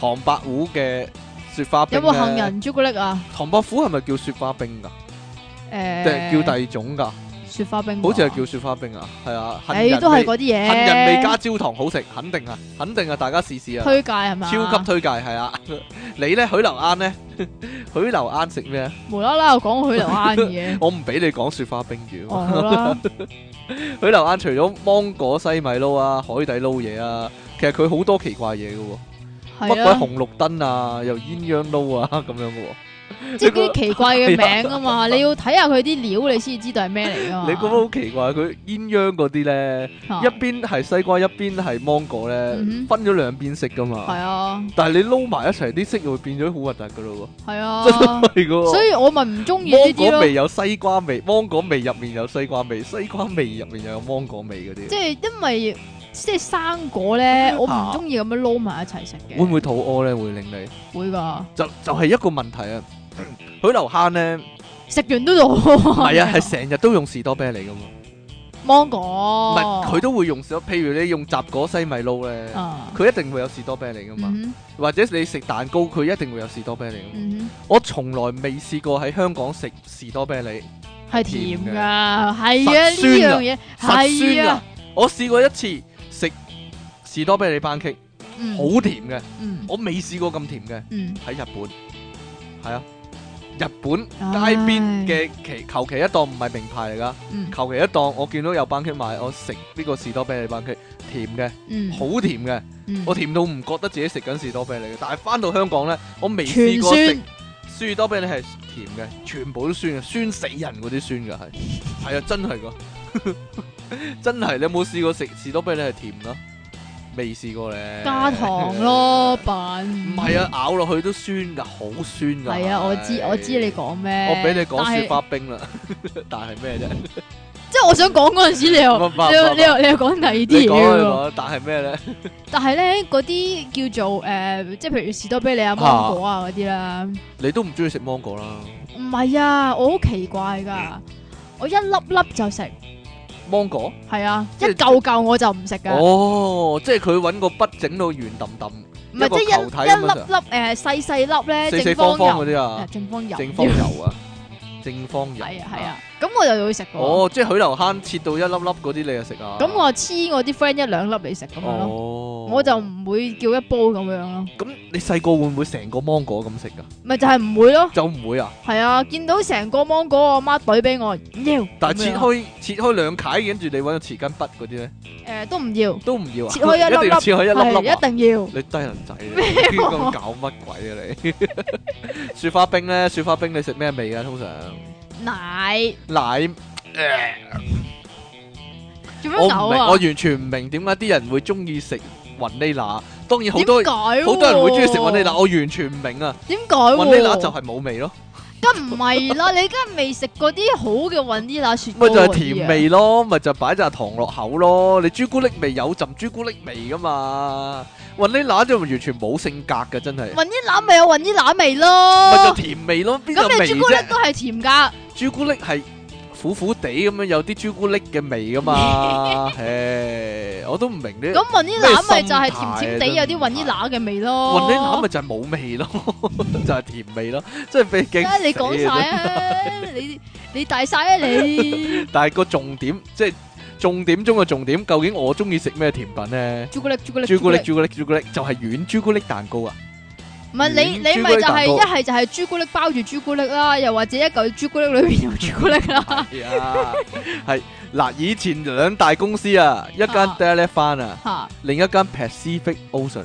唐伯虎嘅雪花冰有呢冇杏？仁朱古力啊？唐伯虎係咪叫雪花冰㗎？定係誒，叫第二種㗎？雪花冰，好似係叫，雪花冰啊，係啊，杏誒仁都係味嗰啲嘢，杏仁味加焦糖好食，肯定啊，肯定啊，大家試試啊！推介係嘛？超級推介係啊！ [laughs] 你咧許留啱 [laughs] 咧，許留啱食咩啊？無啦啦又講 [laughs] 許留啱嘅呃嘢，我唔俾你講雪花冰魚哦啊。好啦， [laughs] 許留啱除咗芒果西米撈啊、海底撈嘢啊，其實佢好多奇怪嘢嘅係喎，乜鬼啊，紅綠燈啊，又鴛鴦撈啊咁樣嘅喎。即係啲奇怪嘅名啊 [laughs] 嘛，你要睇下佢啲料，你先知道係咩嚟噶嘛。你覺得好奇怪？佢鴛鴦嗰啲咧，啊一邊係西瓜，一邊係芒果咧嗯哼，分咗兩邊食噶係嘛。啊，但係你撈埋一齊啲色，會變咗好核突嘅咯係喎， [laughs] 真啊，係嘅喎。所以我咪唔中意芒呢啲果咯味。有西瓜味，芒果味入面有西瓜味，西瓜味入面又有芒果味嗰啲，即係因為即係生果 [laughs] 咧，我唔啊中意咁樣撈埋一齊食嘅，會唔會肚屙咧？會令你會㗎，就就係、一個問題啊！許留坑咧，食完都仲係哦啊，係成日都用士多啤梨噶嘛， [laughs] 芒唔果，係佢都會用士多，譬如你用雜果西米撈咧，啊，佢、一定會有士多啤梨噶嘛，嗯或者你食蛋糕，佢一定會有士多啤梨噶嘛。哼嗯我從來未試過喺香港食士多啤梨，哼，係甜㗎，甜係嘅啊，呢實樣酸嘢實係酸啊啊，！我試過一次食士多啤梨班戟，嗯好甜嘅，嗯我未試過咁甜嘅。嗯，喺日本，係啊，日本街邊嘅其求其一檔唔係名牌嚟噶，嗯求其一檔我見到有班戟賣，我食呢個士多啤梨班戟，甜嘅，嗯，好甜嘅， [laughs] 嗯我甜到唔覺得自己食緊士多啤梨嘅，但係翻到香港呢，我未試全過食酸。士多啤梨係甜嘅，全部都酸嘅，酸死人嗰啲酸嘅係，係啊真係噶， [laughs] 真係你有冇試過食士多啤梨係甜噶？未試過咧，加糖咯，扮唔唔係，啊，咬落去都酸噶，好酸噶。係啊，我知我知你講，講咩，我俾你講但雪係，花冰啦， [laughs] 但係咩啫？即係我想講嗰陣時，你 [laughs] 唔又唔唔哦你又唔你又你又講第你二啲講你嘢喎，講，但係咩咧？但係咧嗰啲叫做誒，即係譬如士多啤梨啊、芒果啊嗰啲啦，你都唔中意食芒果啦，唔係啊，我好奇怪㗎，我一粒粒就食，芒果係啊，一即係嚿嚿我就唔食㗎。哦，即係佢揾個筆整到圓揼揼，唔係即係一個球體一咁一樣粒粒誒細細粒咧，四四正方方油嗰啲誒啊，正方油，正方油啊，正方油係啊係。啊，咁我就會食喎。哦，即係許留坑切到一粒粒嗰啲，你就食啊？咁我黐我啲 friend 一兩粒嚟食咁樣咯，哦，我就唔會叫一煲咁樣咯，咁你細個會唔會成個芒果咁食噶？咪就係唔會咯。就唔會啊！係啊，見到成個芒果，我媽懟俾我，唔要。但係咁切樣啊開切開兩塊，跟住你揾個匙羹筆嗰啲咧？誒都唔要，都唔要啊！切開一粒粒定要切開 [laughs] 一粒粒係啊！一定要。你低能仔嚟，你咁搞乜鬼啊你？ [laughs] 雪花冰咧，雪花冰你食咩味啊？通常奶奶，做咩嘔我唔明，啊我？完全唔明點解啲人會中意食雲呢拿。當然好多點解喎好多人會中意食雲呢拿，我完全唔明啊！點解雲喎？呢拿就係冇味咯，梗唔係 [laughs] 啦，你梗係未食過啲好嘅雲呢拿雪糕咪就嗰啲啊係甜味咯，咪就擺扎糖落口咯。你朱古力味有陣朱古力味噶嘛？雲呢拿就完全冇性格嘅，真係雲呢拿咪有雲呢拿味咪就咯。甜味咯，邊有咁味你朱古力啫？都係甜噶，朱古力係苦苦地咁樣有啲朱古力嘅味 [laughs] 噶嘛，唉，我都唔明呢。咁雲呢拿咪就係甜甜地有啲雲呢拿嘅味咯。雲呢拿咪就係冇味咯， [laughs] 就係甜味咯，即係俾梗勁係你講晒啊，你你大晒啊你。但係個重點即係重點中嘅重點，究竟我中意食咩甜品呢？朱古力朱古力朱古力朱古力朱古力就係軟朱古力蛋糕啊！唔係你軟你咪就係朱古力一係就係朱古力包住朱古力啦，又或者一嚿朱古力裏面有朱古力啦，係啊，係嗱，以前兩大公司啊，一間啊 d e l e f a n 啊，吓另一間 Pacific Ocean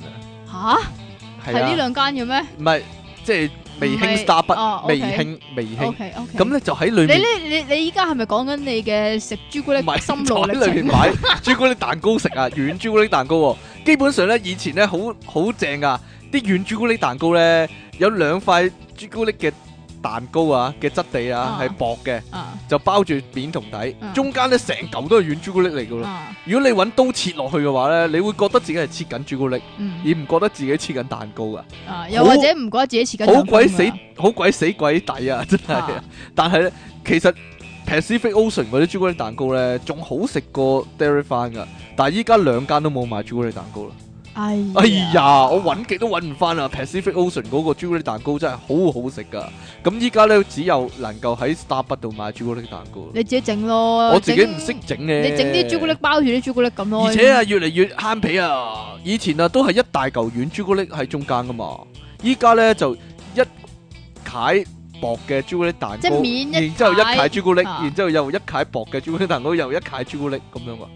啊，吓係係呢啊，兩間嘅咩唔係即係未唔係興 Starbucks，哦未，OK 興未？O 興， K O K。咁咧就喺裏你面。呢你你依家係咪講緊你嘅食朱古力唔係心 [laughs] 路就歷喺裏面程？買朱古力蛋糕食啊，軟朱古力蛋糕喎、基本上咧以前咧好好正噶，啲軟朱古力蛋糕咧有兩塊朱古力嘅蛋糕啊嘅質地啊啊係薄嘅，啊就包住面同底，嗯中間咧成嚿都係軟朱古力嚟噶咯。啊如果你揾刀切落去嘅話咧，你會覺得自己係切緊朱古力，而嗯唔覺得自己切緊蛋糕啊，啊，又或者唔覺得自己似緊好鬼死咁樣好鬼死鬼底啊！真係啊啊但係咧，其實 Pacific Ocean 嗰啲朱古力蛋糕咧，仲好食過 Dairy Farm 噶。但係依家兩間都冇賣朱古力蛋糕啦。哎哎呀，我揾極都揾唔翻啦！Pacific Ocean 嗰個朱古力蛋糕真係好好食噶。咁依家咧只有能夠喺 Starbucks 度買朱古力蛋糕。你自己整咯，我自己整唔識整嘅。你整啲朱古力。包住啲朱古力咁咯。而且啊，越嚟越慳皮啊！以前啊，都係一大嚿軟朱古力喺中間噶嘛，依家咧就一塊薄嘅朱古力蛋即糕，係面一然之後一塊朱古力，啊然之後又一塊薄嘅朱古力蛋糕，又一塊朱古力咁樣啊！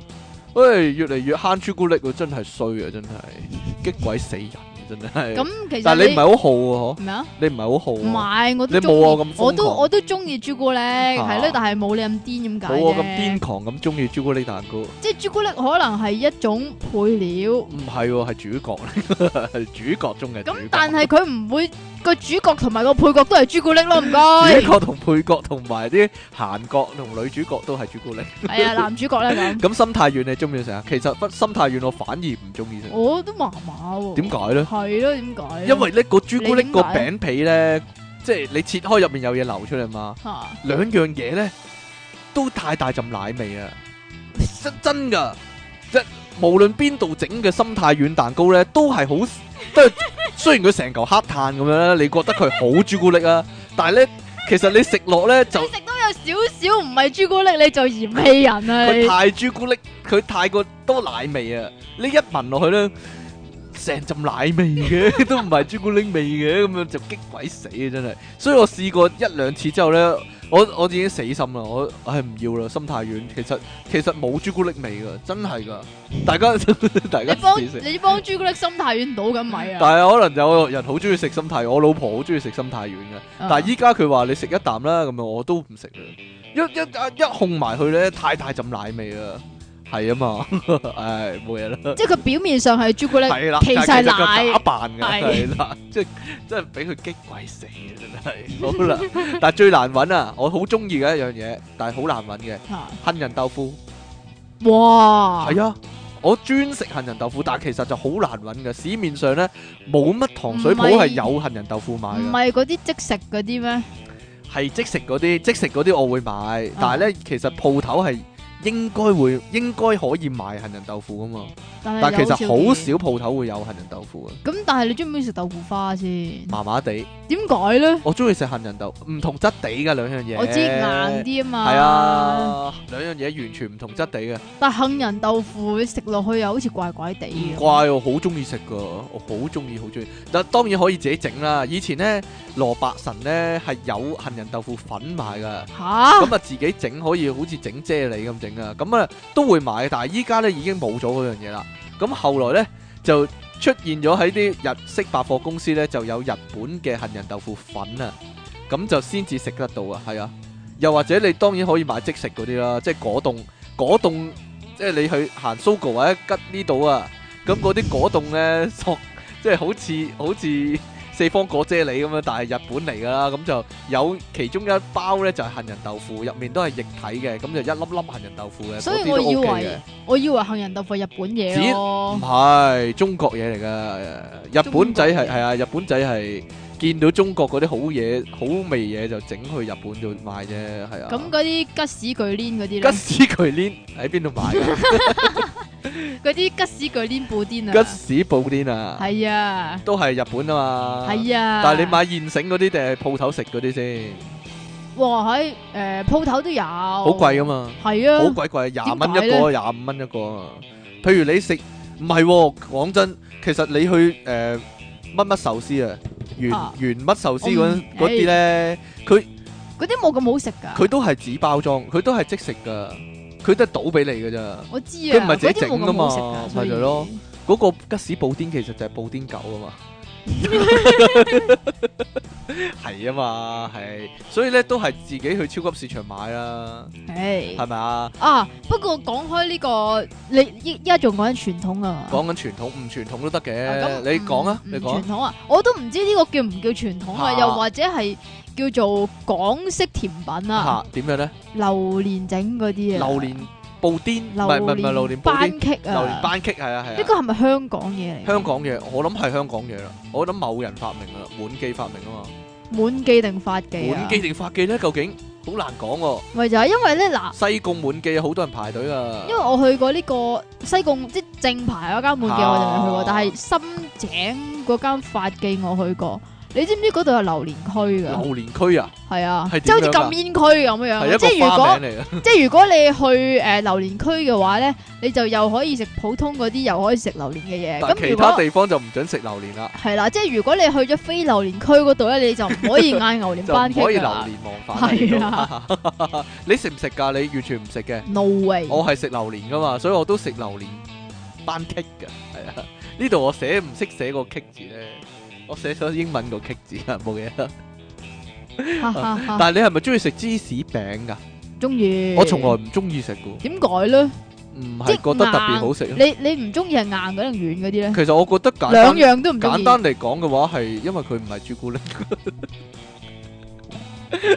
喂，越嚟越慳朱古力喎，真係衰啊！真係激鬼死人，真係。咁其但實係你唔係好好喎，嗬？咩啊？你唔係好好唔喎。係，我都你冇我鍾意咁瘋狂我都我都中意朱古力，係咯，但係冇你咁癲咁解冇啊我咁啫癲。狂咁中意朱古力蛋糕，唔即係朱古力可能係一種配料，係喎，係主角 [laughs] 嚟㗎，係主角中嘅主角咁但係佢唔會個主角同埋個配角都係朱古力咯，唔該主。角同配角同埋啲閒角同女主角都係朱古 [laughs] 力。係啊，男主角咧 [laughs] 咁，咁心太軟你中唔中意食啊？其實不心太軟我反而唔中意食。我都麻麻喎。點？解咧？係咯，點解？因為咧個朱古力你點解個餅皮咧，即係你切開入面有嘢流出嚟嘛，嚇兩樣嘢咧都太大陣奶味啊！真真噶，即係無論邊度整嘅心太軟蛋糕咧，都係好， [laughs] 都係雖然佢成嚿黑炭咁樣啦，你覺得佢好朱古力啊，但係咧其實你食落咧就你。食到有少少唔係朱古力，你就嫌棄人啦佢你。太朱古力，佢太過多奶味啊！你一聞落去咧，成浸奶味嘅， [laughs] 都唔係朱古力味嘅，咁樣就激鬼死啊！真係，所以我試過一兩次之後咧，我我已經死心啦，我唉唔要啦，心太軟。其實其實冇朱古力味噶，真係噶，大家 [laughs] 大你家幫試食。你幫朱古力心太軟倒咁咪啊！但係可能有人好中意食心太軟，我老婆好中意食心太軟嘅。啊但係依家佢話你食一啖啦，咁樣我都唔食啦，一一啊一一控埋佢咧，太大浸奶味啦，係啊嘛， [laughs] 唉冇嘢啦，即係佢表面上係朱古力，係啦，其實但係奶佢假扮嘅，係係啦，即係真係俾佢激鬼死啊！真係好 [laughs] 啦，但係最難揾啊，我好中意嘅一樣嘢，但係好難揾嘅嚇杏仁豆腐，哇！係啊。我專食杏仁豆腐，但係其實就好難揾嘅。市面上咧冇乜糖水鋪唔係係有杏仁豆腐賣唔嘅。係嗰啲即食嗰啲咩？係即食嗰啲，即食嗰啲我會啊買，但係咧其實鋪頭係應該會應該可以賣杏仁豆腐噶嘛，但但係係其實有好啲少鋪頭會有杏仁豆腐嘅，咁但係你中唔中意食豆腐花先？麻麻地。點解咧？我中意食杏仁豆，唔同質地嘅兩樣嘢。我知硬。啲啊嘛。係。啊，兩樣嘢完全唔同質地嘅，但杏仁豆腐食落去又好似怪怪地唔咁。怪我好中意食噶，我好中意好中意。但當然可以自己整啦。以前咧蘿蔔神咧係有杏仁豆腐粉賣㗎。吓？咁啊自己整可以好似整啫喱咁整啊，咁啊都會買，但係依家咧已經冇咗嗰樣嘢啦。咁後來咧就出現咗喺啲日式百貨公司咧就有日本嘅杏仁豆腐粉啊，咁就先至食得到啊，係啊。又或者你當然可以買即食嗰啲啦，即係果凍，果凍即係你去行 Sogo 或者吉呢度啊，咁嗰啲果凍咧索 [laughs] 即係好似好似四方果啫喱咁樣，但係日本嚟㗎啦，咁就。有其中一包咧就係杏仁豆腐，入面都係液體嘅，咁就一粒粒杏仁豆腐嘅，所以嗰啲我都以 OK 為嘅我以為杏仁豆腐係日本嘢唔咯。係中國嘢嚟噶，日本仔中國係嘢係啊，日本仔係見到中國嗰啲好嘢、好味嘢就整去日本度賣啫，係啊。咁嗰啲吉屎巨鏈嗰啲吉咧，屎巨鏈喺邊度買 [laughs] 㗎？嗰啲吉屎巨鏈布甸吉啊，屎布甸啊，係啊，都係日本啊嘛。係啊。但係你買現成嗰啲定係鋪頭食嗰啲先？哇喺诶铺头都有，好好貴噶嘛，係啊好，鬼貴，廿蚊一點個，廿五蚊一個啊。譬如你食唔係喎，講真，其實你去誒乜乜壽司啊，原啊原乜壽司我嗰唔嗰啲咧，佢嗰啲冇咁好食㗎。佢都係紙包裝，佢都係即食噶，佢都係倒俾你噶咋。 [laughs] 我知佢唔啊，係嗰自己啲冇咁好食整㗎嘛㗎，所以咪就係咯嗰個吉士布丁其實就係布丁狗啊嘛， [laughs] 係啊嘛，係，所以咧都係自己去超級市場買啦，係係咪啊？啊，不過講開呢個，你依依家仲講緊傳統啊嘛。講緊傳統唔傳統都得啊咁嘅，你講啊，唔你唔講啊傳統啊，我都唔知呢個叫唔叫傳統啊，嚇又或者係叫做港式甜品啊，嚇點樣咧？榴蓮整嗰啲榴啊，蓮布丁，唔榴係唔係唔係榴蓮蓮布班丁，戟榴蓮啊，班戟係啊呢係啊，個係咪香港嘢嚟？香港嘢，我諗係香港嘢啦，我諗某人發明㗎啦，滿記發明啊嘛，滿記定法記啊滿？記定法記咧究竟好難講喎，咪就係因為咧嗱，西貢滿記好多人排隊啊因。為我去過呢個西貢即係正牌嗰間滿記，我就未去過，啊但係深井嗰間法記我去過。你知唔知嗰度有榴蓮區㗎？榴蓮區啊，係啊，係即係好似點樣㗎禁煙區咁係一樣。啊即係個如果花名嚟嘅。即係如果你去誒、呃榴蓮區嘅話咧，你就又可以食普通嗰啲，又可以食榴蓮嘅嘢。但咁其如他果地方就唔准食榴蓮啦，係啦，即係如果你去咗非榴蓮區嗰度咧，你就唔可以嗌榴蓮就唔班戟啊可以㗎榴啦。蓮忘返嚟係 [laughs] 到。你食唔食㗎？你完全唔食嘅。 No way！我係食榴蓮㗎嘛，所以我都食榴蓮班戟㗎。係啊，呢度我寫唔識寫個棘字咧，我寫咗英文個棘字啊，冇嘢啦。哈哈哈啊但係你係咪中意食芝士餅㗎？中意。我從來唔中意食㗎，點改咧？唔係覺得特別好食咯。你你唔中意係硬嗰定軟嗰啲咧？其實我覺得簡兩單樣都唔中簡意。單嚟講嘅話，係因為佢唔係朱古力。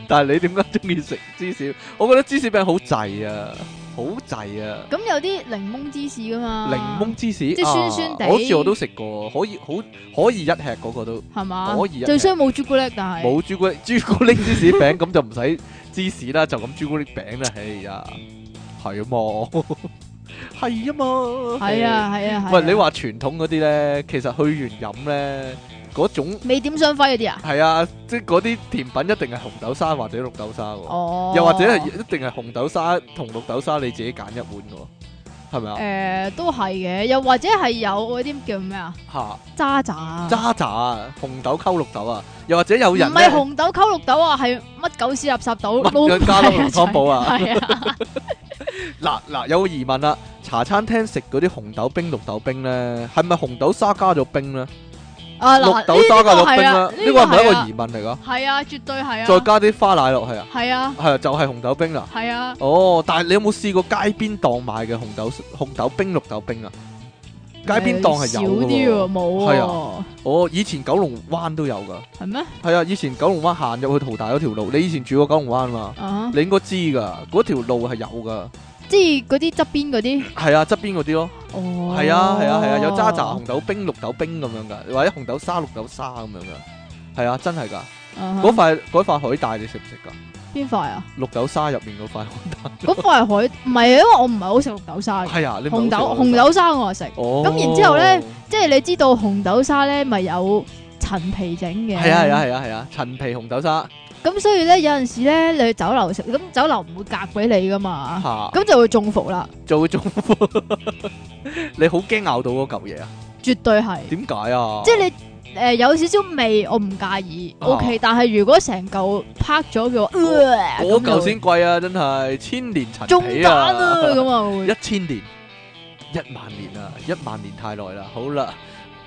[laughs] 但係你點解中意食芝士？我覺得芝士餅好滯啊，好滯啊！咁有啲檸檬芝士㗎嘛？檸檬芝士，即係酸啊酸地好似我都食過，可以好可以一吃嗰個都係嘛？可以一最吃。衰冇朱古力，但係冇朱古力， [laughs] 朱古力芝士餅咁就唔使芝士啦，就咁朱古力餅啦。哎呀，係啊嘛， [laughs] 係啊嘛，係啊係啊係啊。喂，你話傳統嗰啲咧，其實去完飲咧嗰種。未點雙輝嗰啲啊？系啊，即系嗰啲甜品一定係紅豆沙或者綠豆沙喎，哦，又或者係一定係紅豆沙同綠豆沙你自己揀一碗喎，係咪啊？诶、都係嘅，又或者係有嗰啲叫咩啊？嚇渣渣，渣渣啊，紅豆溝綠豆啊，又或者有唔人係咧紅豆溝綠豆啊，係乜狗屎垃圾豆乜撈埋加多龍湯寶啊 [laughs] 係啊，嗱嗱有個疑問啦，茶餐廳食嗰啲紅豆冰綠豆冰咧，係咪紅豆沙加咗冰咧？啊綠嗱，豆沙加咗冰咧？呢呢個係咪一個係啊疑問嚟噶？係啊，絕對係啊，再加啲花奶落去啊，係啊，係啊，就係紅豆冰啦。係啊，哦，但係你有冇試過街邊檔買嘅紅豆紅豆冰綠豆冰啊？街邊檔係少有嘅啲喎喎，。冇喎，我以前九龍灣都有噶，係咩？係啊，以前九龍灣行入去淘大嗰條路，你以前住過九龍灣嘛？啊，你應該知噶，嗰條路係有噶，即係嗰啲側邊嗰啲，係啊，側邊嗰啲咯，哦，係啊，係啊，係啊，有渣渣紅豆冰、綠豆冰咁樣噶，或者紅豆沙、綠豆沙咁樣噶，係啊，真係噶，啊哈，嗰塊嗰塊海帶你食唔食噶？邊塊啊？綠豆沙入面嗰塊嗰塊係海，唔係啊，因為我唔係好食綠豆沙嘅，係啊，你唔係好紅豆食紅，豆沙我係食。哦，咁然之後呢即係你知道紅豆沙咧，咪有陳皮整嘅。係啊係啊係啊係啊，陳皮紅豆沙咁所以咧，有陣時咧，你去酒樓食，咁酒樓唔會夾俾你噶嘛，嚇，咁就會中伏啦，就會中 [laughs] 伏。你好驚咬到嗰嚿嘢啊？絕對係。點解啊？即係你誒、呃有少少味，我唔介意啊，OK。但係如果成嚿拍咗嘅話，呃嗰咁就嚿先貴啊，真係千年陳中皮間啊啊！咁啊會一千年，一萬年啊，一萬年太耐啦。好啦，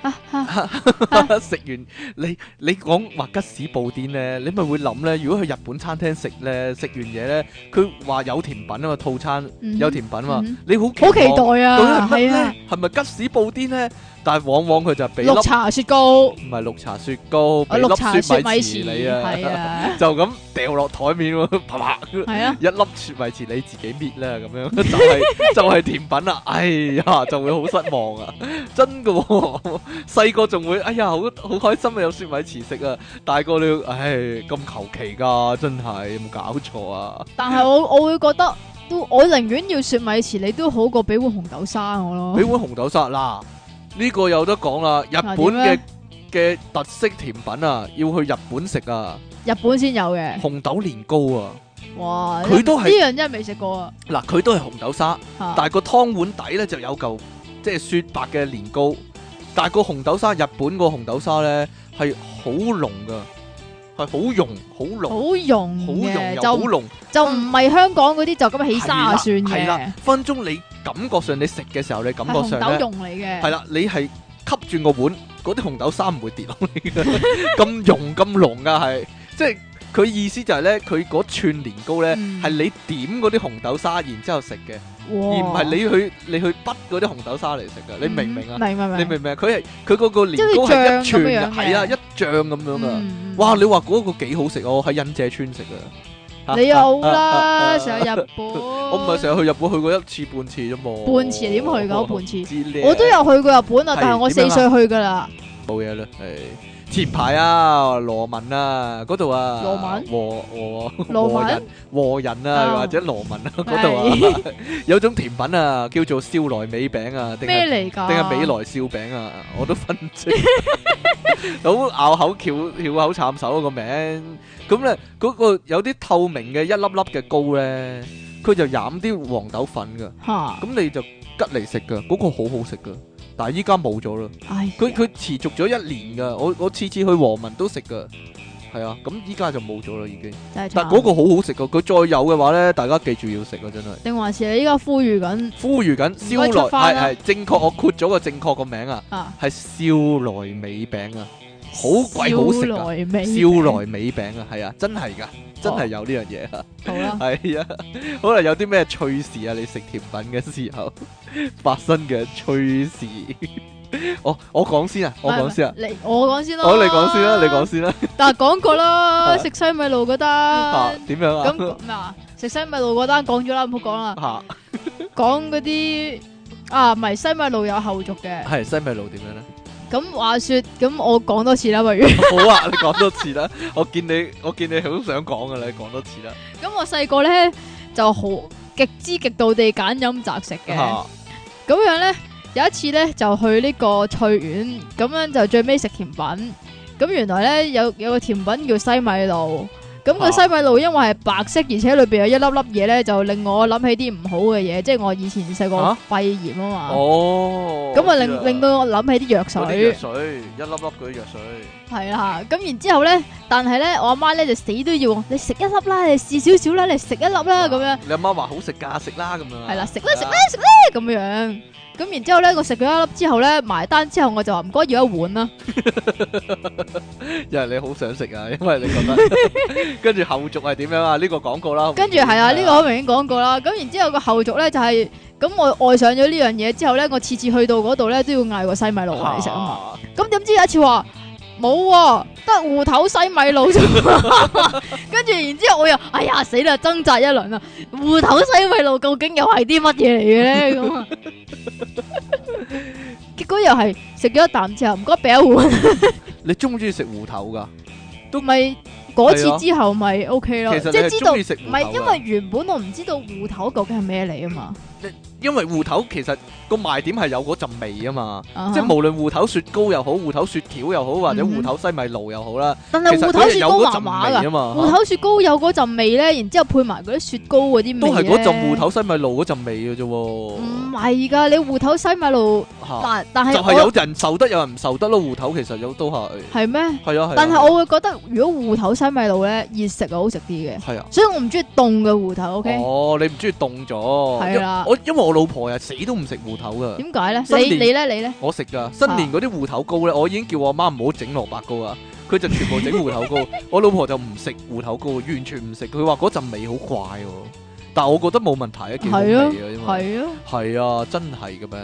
啊啊 [laughs] 食完你你講話吉士布丁咧，你咪會諗咧，如果去日本餐廳食咧，食完嘢咧，佢話有甜品啊嘛，套餐嗯有甜品啊嘛嗯，你好好期望待究竟啊，係乜係啊咧，？係咪吉士布丁咧？但係往往佢就係俾粒綠茶雪糕，唔係綠茶雪糕，啊俾綠茶粒雪雪米米糍，糍你係啊，啊， [laughs] 就咁掉落台面喎，啪啪。係啊。一粒雪米糍你自己搣啦，咁樣 [laughs] 就係、就係甜品啦。哎呀，就會好失望啊！ [laughs] 真嘅喎、 [laughs] 細個仲會哎呀好好開心啊，有雪米糍食啊。大個你唉咁求其㗎，真係有冇搞錯啊？但係我我會覺得都，我寧願要雪米糍，你都好過俾碗紅豆沙我咯俾。碗紅豆沙嗱，呢、個有得講啦。日本啊點嘅咧嘅特色甜品啊，要去日本食啊，日本先有嘅，紅豆年糕啊，哇！佢都係呢樣真係未食過啊，嗱佢都係紅豆沙，嚇但係個湯碗底咧就有嚿即係雪白嘅年糕，但係個紅豆沙日本個紅豆沙咧係好濃噶，係好溶好濃好溶好嘅，溶又好就濃。就唔係香港嗰啲就咁起沙就算係啦嘅，，分鐘你感覺上你食嘅時候，你感係覺紅上豆咧蓉嚟嘅，係啦，你係吸住個碗，嗰啲紅豆沙唔會跌落嚟 [laughs] 嘅，咁溶咁濃噶係，即係佢意思就係咧，佢嗰串年糕咧嗯係你點嗰啲紅豆沙，然之後食嘅，哇，而唔係你去你去滗嗰啲紅豆沙嚟食噶，你明唔明啊嗯？明明明，你明唔明啊？佢係佢嗰個年糕即係係醬一串咁樣嘅，嘅係啊，一醬咁樣啊！嗯哇，！你話嗰個幾好食啊！我喺忍者村食啊，你有啦，成成日日日本，我 [laughs] 我唔係成日去日本去過一次半次啫嘛。半次點去㗎我半次知咧我都有去過日本啊係，但係我點四樣歲啊去噶啦，冇嘢啦，係前排啊，羅文啊，嗰度啊，羅文和和羅文和人和人啊，啊或者羅文啊嗰度啊，有種甜品啊，叫做燒來美餅啊，定咩係嚟㗎？定係美來燒餅啊， [laughs] 我都分唔清，好咬口翹翹口慘手啊個名，咁咧嗰個有啲透明嘅一粒粒嘅糕咧，佢就染啲黃豆粉㗎。嚇，咁你就吉嚟食噶，嗰、個好好食噶，但係依家冇咗啦。唉，佢佢持續咗一年噶，我我次次去黃文都食噶，係啊，咁依家就冇咗啦已經。但但嗰個好好食噶，佢再有嘅話咧，大家記住要食啊，真係。定還是你依家呼籲緊呼籲緊唔該出燒返來啦係係正確，我括咗個正確個名啊，啊？係燒來美餅啊，好鬼好食燒啊！來味，燒來美餅啊，係啊，真係噶，真係有呢樣嘢啊！好啦，系啊，可能有啲咩趣事啊？你食甜品嘅時候 [laughs] 發生嘅趣事， [laughs] 我我讲先啊， [laughs] 我講先啊，你我講先啦，我你講先啊啦，你講。先啦，但係講過 [laughs] 啦，係食西米露嗰 [laughs] 吓單，点样啊？咁咩啊？食西米露嗰單講咗啦，唔好講啦，吓講嗰啲啊，唔係西米露有後續嘅。係西米露點樣咧？咁話說，咁我講多次啦， [laughs] 不如。好啊，你講多次啦，我見你我見你好想講噶啦，你講多次啦，咁我細個咧就好極之極度地揀飲擇食嘅。吓咁樣咧，有一次咧就去呢個翠園，咁樣就最尾食甜品。咁原來咧有有個甜品叫西米露，咁啊個西米露因為係白色，而且裏邊有一粒粒嘢咧，就令我諗起啲唔好嘅嘢，即係我以前細個啊肺炎啊嘛。哦，咁啊我知啦令令到我諗起啲藥嗰啲藥水，水一粒粒嗰啲藥水，係啦。咁然之後咧，但係咧我阿媽咧就死都要我，你食一粒啦，你試少少啦，你食一粒啦咁樣。你阿媽話好食㗎，食啦咁樣啊，係啦，食啦食啦食啦咁樣。咁然之後咧，我食咗一粒之後咧，埋單之後我就話唔該要一碗啦。因為你好想食啊，因為你覺 [laughs] 得，跟住後續係點樣啊？呢個講過啦，跟住係啊，呢個我明顯講過啦。咁然之後個後續咧就係咁，我愛上咗呢樣嘢之後咧，我次次去到嗰度咧都要嗌個西米露 Ờ. 嚟食啊嘛。嘛，咁點知有一次話冇喎，得芋頭西米露 [laughs] 啫嘛。跟住然之後我又哎呀死啦，掙扎一輪啦，芋頭西米露究竟又係啲乜嘢嚟嘅咧？咁啊，結果又係食咗一啖之後，唔該俾一碗。你中唔中意食芋頭噶？都咪嗰次之後咪 OK 其咯，實即你係係知道中唔意食芋頭啊係㗎因為原本我唔知道芋頭究竟係咩嚟啊嘛，因為芋頭其實個賣點係有嗰陣味啊嘛，啊哈即係無論芋頭雪糕又好，芋頭雪條又好，或者嗯芋頭西米露又好啦，但其係實芋佢頭係雪有糕麻嗰麻陣味㗎，啊芋嘛，頭雪糕有嗰陣味咧，然之後配埋嗰啲雪糕嗰啲味都係嗰陣咧芋頭西米露嗰陣味嘅啫唔喎，係㗎，你芋頭西米露，嚇但但就係係有啊哎我人受得，有人唔受得咯。芋頭其實有都係，係咩？係啊係啊，但係我會覺得如果芋頭西米露咧，熱食就好食啲嘅，係啊。所以我唔中意凍嘅芋頭。OK，哦，你唔中意凍咗，係嗯啦因我因為我老婆啊死都唔食芋頭噶，點解咧？新你年你咧你咧？我食噶。新年嗰啲芋頭糕咧，我已經叫我媽唔好整蘿蔔糕啊，佢就全部整芋頭 [laughs] 糕。我老婆就唔食芋頭糕，完全唔食。佢話嗰陣味好怪喎，但我覺得冇問題啊，幾好係味啊，啊因為係啊，係啊，真係嘅咩？